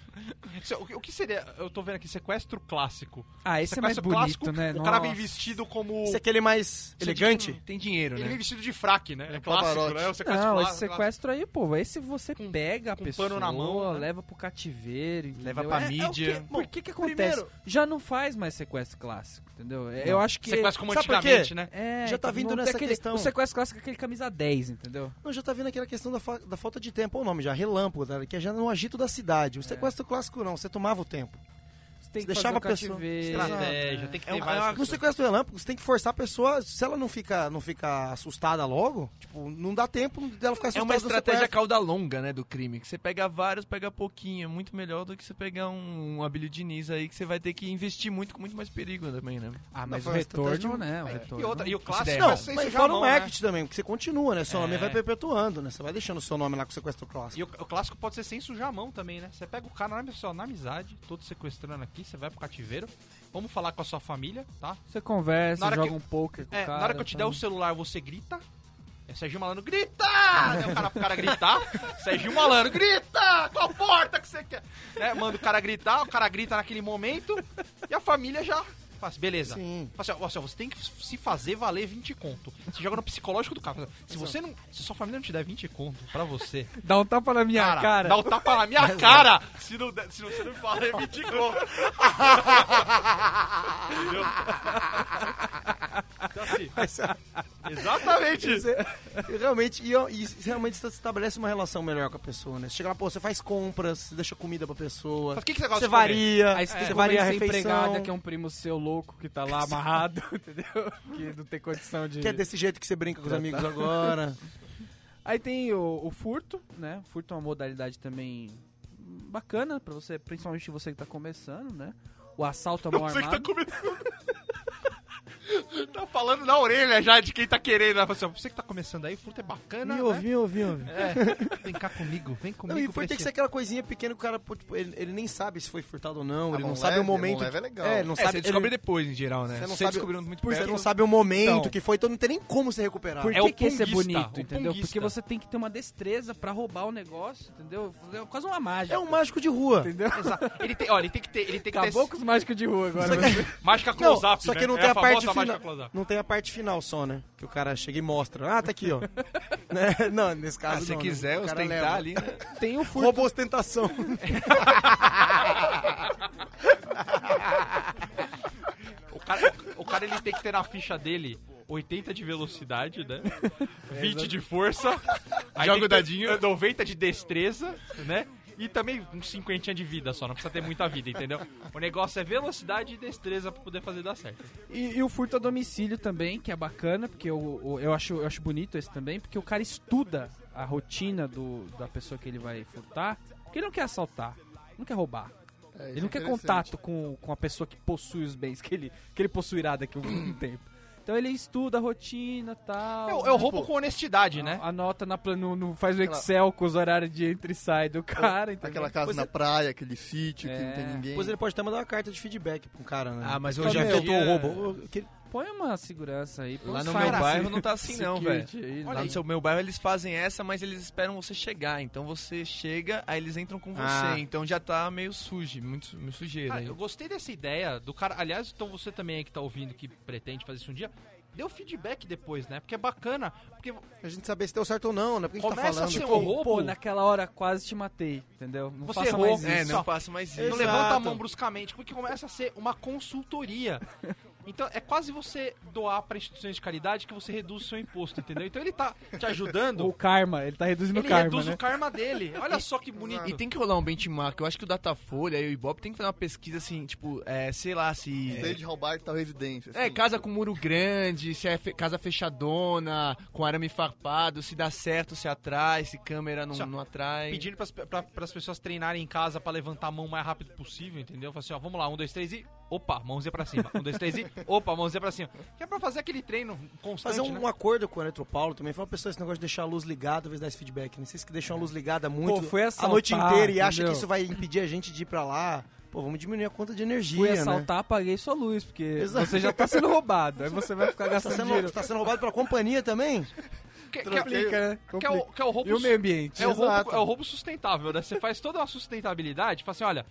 Isso, O que- o que seria, eu tô vendo aqui, sequestro clássico. Ah, esse é mais Sequestro bonito, né? O cara vem Nossa. vestido como... Esse é aquele mais É, elegante. tem dinheiro, Ele vem né? vestido de fraque, né? É clássico, Pavarotti. né? O sequestro Não, esse clássico. sequestro aí, pô, esse você pega a com pessoa, pano na mão, né? leva pro cativeiro, entendeu? Leva pra É- é o mídia. que- por que que acontece? Já não faz mais sequestro clássico, entendeu? É, Eu acho que... Sequestro como Sabe por quê? antigamente, né? É, Já tá não vindo tem nessa aquele- questão. O sequestro clássico é aquele camisa 10, entendeu? Não, já tá vindo aquela questão da, fa- da falta de tempo, olha o nome já, relâmpago, tá? que é já no agito da cidade. O sequestro clássico não, você tomava o tempo. Você tem que fazer Deixava um a pessoa- cativeiro. Estratégia, tem que ter É um- várias é uma- No coisas. sequestro relâmpago, você tem que forçar a pessoa, se ela não fica, não fica assustada logo, tipo, não dá tempo dela ficar É assustada. uma no estratégia sequestro. cauda longa, né, do crime. Que você pega vários, pega pouquinho. É muito melhor do que você pegar um, um Abílio Diniz aí, que você vai ter que investir muito, com muito mais perigo também, né? Ah, Não, mas o foi uma estratégia retorno, de- né? O É, retorno. E, outra, e o der clássico errado. é Não, sem mas seja fora o não, né? marketing também, porque você continua, né? Seu nome É. vai perpetuando, né? Você vai deixando o seu nome lá com o sequestro clássico. E o, o clássico pode ser sem sujar a mão também, né? Você pega o cara na, só na amizade, todo sequestrando aqui, você vai pro cativeiro, vamos falar com a sua família, tá? Você conversa, Na hora joga que- um poker com É, o cara. na hora que eu te der o tá? celular, você grita. É Serginho Malandro, grita! Aí o cara pro cara gritar. Serginho Malandro, grita! Qual porta que você quer? Né? Manda o cara gritar, o cara grita naquele momento e a família já. faz, Beleza. Sim. Fala assim, ó, ó, assim, ó, você tem que se fazer valer 20 conto. Você joga no psicológico do cara. Fala, Se você não. Se sua família não te der 20 conto pra você, Dá um tapa na minha cara. Dá um tapa na minha cara se, não, der- se você não falar, eu me digo. Entendeu? Então, assim, exatamente isso. E realmente, e, e realmente você estabelece uma relação melhor com a pessoa, né? Você chega lá, pô, você faz compras, você deixa comida pra pessoa. Mas o que, que você gosta Você de comer? varia, Aí você tem você que varia a convencer a empregada refeição. que é um primo seu louco que tá lá amarrado, entendeu? Que não tem condição de... Que é desse jeito que você brinca com os tá. amigos agora. Aí tem o, o furto, né? O furto é uma modalidade também bacana pra você, principalmente você que tá começando, né? O assalto à mão Você que tá armada. começando. tá falando na orelha já de quem tá querendo. Ela fala assim, você que tá começando aí, o fruto é bacana, Me né? ouvi, me ouvi, me ouvi. É. Vem cá comigo, vem Não, comigo. e foi pra ter que esse- ser aquela coisinha pequena que o cara, pô, tipo, ele, ele nem sabe se foi furtado ou não, A ele mão não sabe leve, o a mão momento. leve é legal. É, não É, sabe, você descobre ele- depois, em geral, né? Você não Você sabe- descobrindo muito você perto. não sabe o momento Então. que foi, então não tem nem como se recuperar. Por É que, o que esse é punguista, bonito, o entendeu? punguista. Porque você tem que ter uma destreza pra roubar o negócio, entendeu? É quase uma mágica. É um mágico de rua. entendeu? Exato. Ele tem, ó, ele tem que ter, ele tem que Acabou ter com os mágicos de rua agora. né? mágica Não, close-up, só que né? não É tem a, famosa parte mágica final. close-up. Não tem a parte final só, né? Que o cara chega e mostra. Ah, tá aqui, ó. Né? Não, nesse Ah, caso. se não, né? quiser O cara ostentar leva. ali, né? Tem o furto. Rouba ostentação. O cara, o cara, ele tem que ter na ficha dele 80 de velocidade, né? 20 de força. aí Joga tem o que ter dadinho. 90 de destreza, né? E também uns 50 de vida só, não precisa ter muita vida, entendeu? O negócio é velocidade e destreza pra poder fazer dar certo. E, e o furto a domicílio também, que é bacana, porque eu, eu- eu, acho, eu acho bonito esse também, porque o cara estuda a rotina do, da pessoa que ele vai furtar, porque ele não quer assaltar, não quer roubar. É, isso Ele é não quer interessante. contato com, com a pessoa que possui os bens que ele, que ele possuirá daqui a um tempo. Então ele estuda a rotina tal. É o, é o roubo com honestidade, né? Anota na plan- no, no- faz o Aquela- Excel com os horários de entra e sai do cara. entendeu? Aquela casa Você- na praia, aquele sítio que não tem É. ninguém. Depois ele pode até mandar uma carta de feedback pro cara, né? Ah, mas hoje hoje em em dia- afetou o roubo. Que- Põe uma segurança aí. põe Lá um no site, meu bairro assim, não tá assim não, velho. security aí, Lá né? no seu meu bairro eles fazem essa, mas eles esperam você chegar. Então você chega, aí eles entram com você. Ah. Então já tá meio sujo, muito, muito sujeira. Cara, aí. Ah, eu gostei dessa ideia do cara. Aliás, então você também aí que tá ouvindo que pretende fazer isso um dia, dê o feedback depois, né? Porque é bacana. Porque A gente saber se deu certo ou não, né? Porque a gente tá Começa falando. assim, Tipo, ó, roubo. Pô, naquela hora quase te matei, entendeu? Não Você faça errou. mais isso. É, Isso. não faço mais isso. não Exato. levanta a mão bruscamente, porque começa a ser uma consultoria. Então é quase você doar pra instituições de caridade que você reduz o seu imposto, entendeu? Então ele tá te ajudando, O karma, ele tá reduzindo ele o karma, reduz né? o karma dele. Olha só que bonito. E tem que rolar um benchmark. Eu acho que o Datafolha e o Ibope tem que fazer uma pesquisa assim, tipo, é, sei lá, se. Sei de roubar tal residência. É, assim. casa com muro grande, se é fe- casa fechadona, com arame farpado, se dá certo, se atrai, se câmera não, Só- não atrai. Pedindo pras, pra, pras pessoas treinarem em casa pra levantar a mão o mais rápido possível, entendeu? Fala assim, ó, vamos lá, um, dois, três e. Opa, mãozinha pra cima. Um, dois, três e. Opa, mãozinha pra cima. Que é pra fazer aquele treino constante. Fazer um, né? um acordo com o Eletropaulo também. Fala pra pessoa esse negócio de deixar a luz ligada, às vezes dar esse feedback. Não sei se que deixam a luz ligada muito Pô, foi a assaltar, noite inteira e acha que entendeu? isso vai impedir a gente de ir pra lá. Pô, vamos diminuir a conta de energia, Fui né? assaltar, apaguei sua luz, porque Exato. você já tá sendo roubado. Aí você vai ficar Tá gastando sendo, dinheiro. tá sendo roubado pela companhia também? Que, que- Complica, né? que é o, Complica. que é o roubo E o meio ambiente. É o, roubo, Exato. é o roubo sustentável, né? Você faz toda a sustentabilidade, fala assim, olha,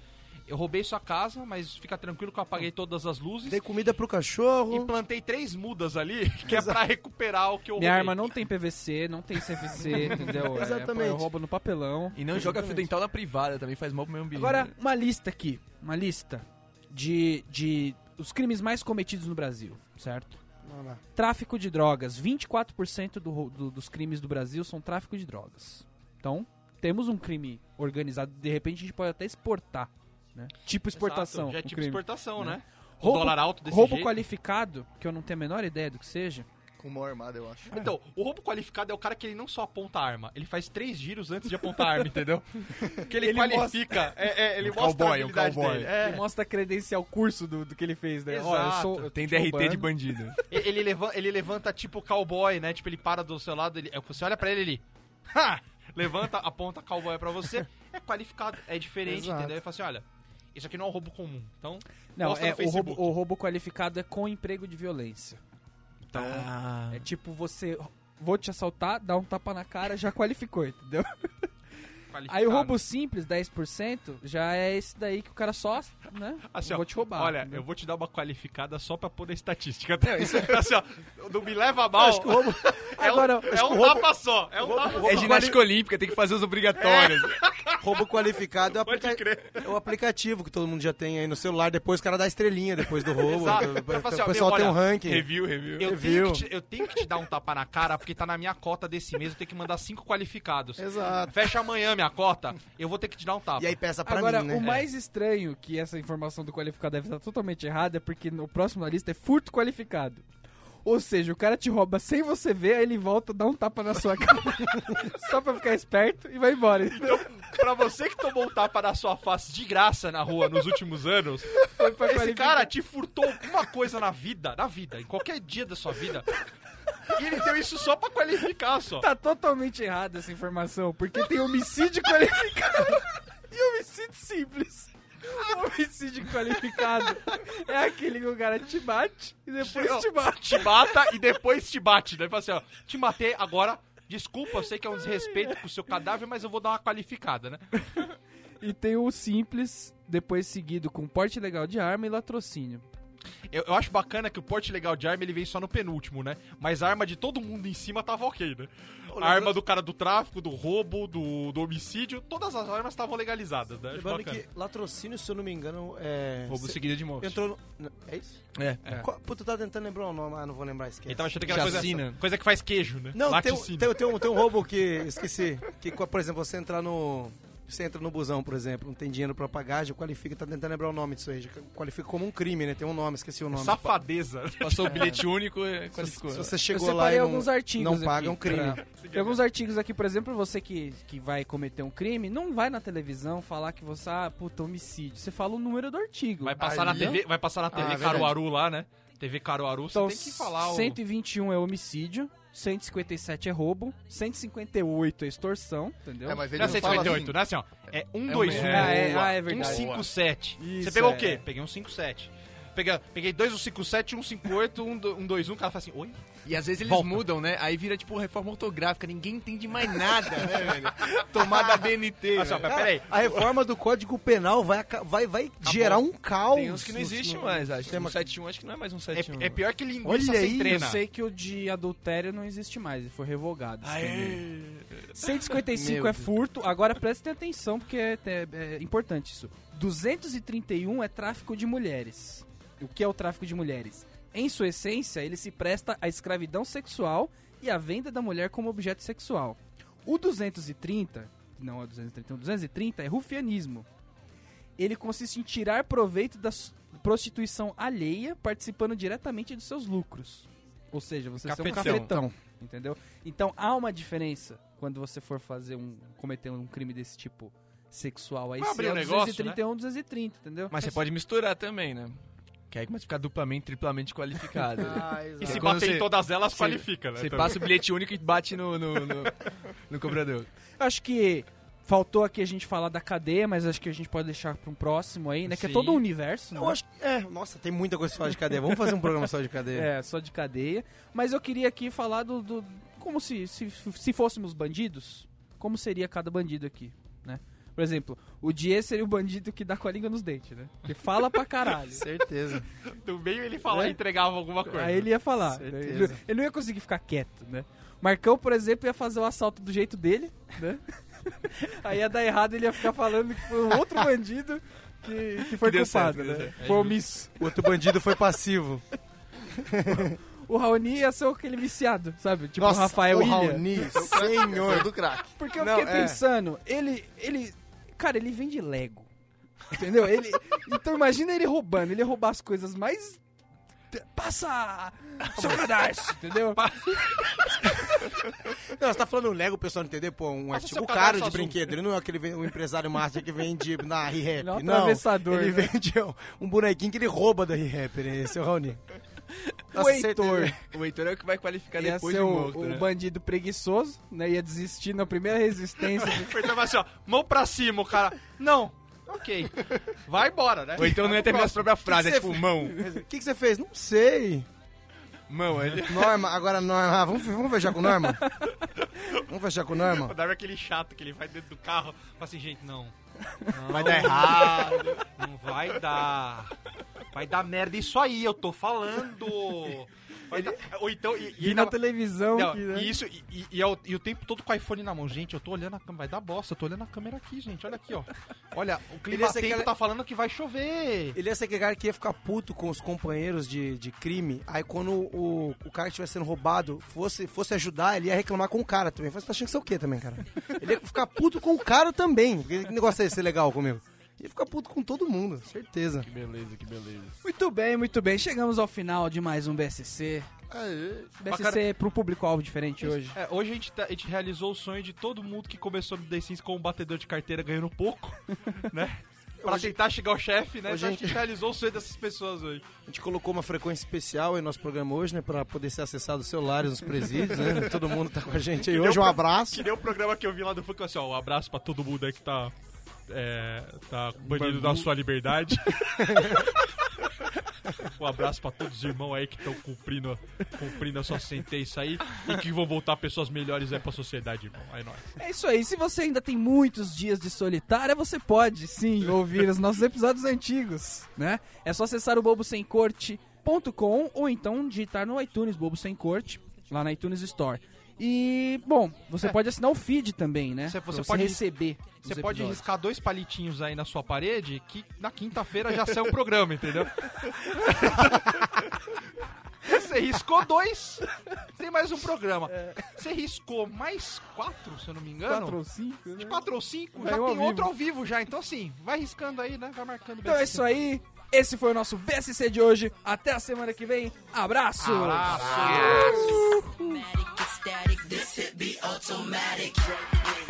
eu roubei sua casa, mas fica tranquilo que eu apaguei todas as luzes Dei comida pro e cachorro. plantei três mudas ali, que é pra recuperar o que eu roubei. Minha arma não tem PVC, não tem CVC, entendeu? É, Exatamente. eu roubo no papelão. E não joga fio dental na privada, também faz mal pro meio ambiente. Agora, uma lista aqui. Uma lista de, de os crimes mais cometidos no Brasil, certo? Não, não. Tráfico de drogas. 24% do, rou- do- dos crimes do Brasil são tráfico de drogas. Então, temos um crime organizado. De repente, a gente pode até exportar. Né? Tipo Exato, exportação. Já é o tipo crime. exportação, né? O Roubo- dólar alto desse Roubo jeito. qualificado, que eu não tenho a menor ideia do que seja. Com mão armada, eu acho. Então, o roubo qualificado é o cara que ele não só aponta a arma, ele faz três giros antes de apontar a arma, entendeu? Que ele, qualifica, é, é, ele mostra a cowboy, um habilidade cowboy. dele. É. Ele mostra a credencial curso do, do que ele fez, né? Ó, eu sou, Exato. eu Tem tô te DRT de roubando. bandido. Ele, ele leva- ele levanta tipo cowboy, né? Tipo, ele para do seu lado, ele, você olha pra ele ele. Ha! Levanta, aponta cowboy pra você. É qualificado, é diferente, Exato. entendeu? Ele fala assim: olha, isso aqui não é um roubo comum. Então, Não, mostra é, no o, roubo, Facebook. o roubo qualificado é com emprego de violência. Então, Ah. é tipo você... Vou te assaltar, dá um tapa na cara, já qualificou, entendeu? Aí o roubo simples, 10%, já é esse daí que o cara só, né? Assim, eu ó, vou te roubar. né? Olha, entendeu? eu vou te dar uma qualificada só pra pôr na estatística. Tá? assim, ó, não me leva a mal. Acho que o roubo, é Agora, um, é um tapa só. É um tapa só. É ginástica olímpica, tem que fazer os É. obrigatórios. É. roubo qualificado é o, Pode aplica- crer. é o aplicativo que todo mundo já tem aí no celular. Depois o cara dá estrelinha depois do roubo. Exato. O- Pra falar assim, ó, O pessoal meu, tem um olha, ranking. Review, review. Eu tenho, Viu? que te, eu tenho que te dar um tapa na cara porque tá na minha cota desse mês. Eu tenho que mandar cinco qualificados. Exato. Fecha amanhã minha cota, eu vou ter que te dar um tapa. E aí peça pra Agora, mim, né? o mais estranho que essa informação do qualificado deve estar totalmente errada é porque no próximo na lista é furto qualificado. Ou seja, o cara te rouba sem Então, você ver, aí ele volta, dá um tapa na sua cara, só pra ficar esperto e vai embora. entendeu? pra você que tomou um tapa na sua face de graça na rua nos últimos anos, esse cara te furtou alguma coisa na vida, na vida, em qualquer dia da sua vida. E ele deu isso só pra qualificar, só. Tá totalmente errada essa informação, porque tem homicídio qualificado e homicídio simples. O homicídio qualificado é aquele que o cara te bate e depois te bate. Te mata e depois te bate. Daí fala assim, ó, te matei agora. Desculpa, eu sei que é um desrespeito com o seu cadáver, mas eu vou dar uma qualificada, né? E tem o simples, depois seguido com porte legal de arma e latrocínio. Eu, eu acho bacana que o porte legal de arma ele vem só no penúltimo, né? Mas a arma de todo mundo em cima tava ok, né? A arma do cara do tráfico, do roubo, do, do homicídio, todas as armas estavam legalizadas, né? Acho Lembrando bacana. é que latrocínio, se eu não me engano, é. Roubo cê- seguido de morte. Entrou no. É isso? É. Qual- Puta, eu tava tentando lembrar o nome, ah, não vou lembrar, esquece. Ele tava achando que era coisa, assim, Chacina. coisa que faz queijo, né? Não, tem, um- Laticínio. tem, tem um, tem um roubo que. Esqueci. Que, co- por exemplo, você entrar no. Você entra no busão, por exemplo, não tem dinheiro pra pagar, já qualifica, tá tentando lembrar o nome disso aí. já qualifica como um crime, né? Tem um nome, esqueci o É nome. Safadeza. Passou o bilhete único e qualificou. Se você Eu chegou lá separei e não, alguns artigos não paga, aqui é um crime. pra- Tem alguns artigos aqui, por exemplo, você que, que vai cometer um crime, não vai na televisão falar que você, ah, puta, homicídio. Você fala o número do artigo. Vai passar na Aí, TV, vai passar na TV verdade. Caruaru lá, né? TV Caruaru, você Então, tem que falar o... 121 é homicídio, 157 é roubo, 158 é extorsão, entendeu? É, mas ele Não é não fala 158, assim. não é assim, ó. É 1, É 2, um- 1. Ah, é, ah, é verdade. 157. Isso, Você pegou é. o quê? Peguei um 57. Peguei, peguei um 2, 157, 158, 121. O cara fala assim, oi? E às vezes eles Volta. mudam, né? Aí vira tipo reforma ortográfica, ninguém entende mais nada, né, velho? Tomada BNT. Olha só, velho. assim, mas peraí. A reforma do Código Penal vai, aca- vai, vai gerar um caos. Tem uns que não existem mais, acho. Sistema- Um 71 acho que não é mais um É, 71. é pior que linguiça Olha sem aí, Eu trena. sei que o de adultério não existe mais, ele foi revogado. Ah, esse também. Aê. é? 155 Meu é Deus. furto, agora prestem atenção porque é, é- é importante isso. 231 é tráfico de mulheres. O que é o tráfico de mulheres? Em sua essência, ele se presta à escravidão sexual e à venda da mulher como objeto sexual. O 230, não é o 231, 230 é rufianismo. Ele consiste em tirar proveito da s- prostituição alheia, participando diretamente dos seus lucros. Ou seja, você ser um Cafetão. cafetão, entendeu? Então há uma diferença quando você for fazer um cometer um crime desse tipo sexual aí Vai sim, abrir é um o negócio, 231, 230, entendeu? Mas você pode misturar também, né? Que aí começa a ficar duplamente, triplamente qualificado. Ah, E se exato. É bater quando em você- todas elas, você- qualifica, né? Você também. passa o bilhete único e bate no, no, no, no cobrador. Acho que faltou aqui a gente falar da cadeia, mas acho que a gente pode deixar para um próximo aí, né, que é Sim. todo o universo, Eu né? acho que. É, nossa, tem muita coisa só de cadeia. Vamos fazer um programa só de cadeia. É, só de cadeia. Mas eu queria aqui falar do. do- como se, se, se fôssemos bandidos, como seria cada bandido aqui, né? Por exemplo, o Dier seria o bandido que dá com a língua nos dentes, né? Que fala pra caralho. Certeza. No meio ele fala É? e entregava alguma coisa. Aí ele ia falar. né? Ele, Certeza. ele não ia conseguir ficar quieto, né? Marcão, por exemplo, ia fazer o assalto do jeito dele, né? Aí ia dar errado, ele ia ficar falando que foi um outro bandido que, que foi Que culpado, deu certo, que deu né? certo. Foi omisso. O outro bandido foi passivo. O Raoni ia ser aquele viciado, sabe? Tipo Nossa, o Rafael o Ilha. Raoni, Senhor senhor. do crack. Porque eu Não, fiquei é. pensando, ele, ele. Cara, ele vende Lego. Entendeu? Ele, então imagina ele roubando, ele ia roubar as coisas mais. Passa! Seu cadarço, entendeu? Não, você tá falando Lego, o pessoal não entender, pô, um Passa artigo seu caro de cadarço azul. brinquedo. Ele não é aquele ven- um empresário master que vende na Re-Rap. Ele é um Não, atravessador, Ele né? vende um, um bonequinho que ele rouba da Re-Rap, né? Esse é o Raoni. o Heitor. O Heitor é o que vai qualificar Ia depois ser de o, morto, o né? bandido preguiçoso, né? Ia desistir na primeira resistência. Então vai assim, ó, mão pra cima, o cara. Não. Ok. Vai embora, né? Ou então não ia terminar a Próximo. própria frase, é Que que tipo, você- mão. O que, que você fez? Não sei. Mão, ele... Norma, agora Norma. Ah, vamos, vamos fechar com o Norma? Vamos fechar com o O Norma? Darwin é aquele chato que ele vai dentro do carro fala assim, gente, não. Não, Vai dar errado. Não vai dar. Vai dar merda isso aí, eu tô falando. Vai dar- Ou então. E, e E ele na tava- televisão. não, que, né? e isso, e, e- e é o, e o tempo todo com o iPhone na mão, gente. Eu tô olhando a câmera, vai dar bosta. Eu tô olhando a câmera aqui, gente. Olha aqui, ó. Olha, o clima Beleza, tempo aquela- tá falando que vai chover. Ele ia ser aquele cara que ia ficar puto com os companheiros de, de crime. Aí quando o, o cara que estivesse sendo roubado fosse, fosse ajudar, ele ia reclamar com o cara também. Falei, Você tá achando que isso é o quê também, cara? Ele ia ficar puto com o cara também. Que negócio é esse legal comigo? Ia ficar puto com todo mundo, certeza. Que beleza, que beleza. Muito bem, muito bem. Chegamos ao final de mais um BSC. Aê. BSC é pro público-alvo diferente hoje. É, hoje a gente, tá- a gente realizou o sonho de todo mundo que começou no The Sims como batedor de carteira ganhando pouco, né? Pra tentar chegar ao chefe, né? Hoje Então a a gente realizou o sonho dessas pessoas hoje. A gente colocou uma frequência especial em nosso programa hoje, né? Pra poder ser acessado os celulares nos presídios, né? Todo mundo tá com a gente aí hoje. Um abraço. Que nem o programa que eu vi lá do Funk, assim, ó, um abraço pra todo mundo aí que tá, é, tá banido da sua liberdade. um abraço pra todos os irmãos aí que estão cumprindo, cumprindo a sua sentença aí e que vão voltar pessoas melhores aí pra sociedade, irmão. Aí nós. É isso aí. Se você ainda tem muitos dias de solitária, você pode sim ouvir os nossos episódios antigos, né? É só acessar o bobosemcorte.com ou então digitar no iTunes Bobo Sem Corte, lá na iTunes Store. E, bom, você pode assinar o feed também, né? É. Você- Pra você pode- receber. os Você pode episódios. riscar dois palitinhos aí na sua parede que na quinta-feira já saiu o programa, entendeu? Você riscou dois, tem mais um programa. Você riscou mais quatro, se eu não me engano. Quatro ou cinco, né? De quatro ou cinco, Vai já um ao tem outro vivo. ao vivo já. Então assim, vai riscando aí, né? Vai marcando Então é isso aí. Esse foi o nosso BSC de hoje. Até a semana que vem. Abraço! Abraço. automatic, it's static, this hit be automatic.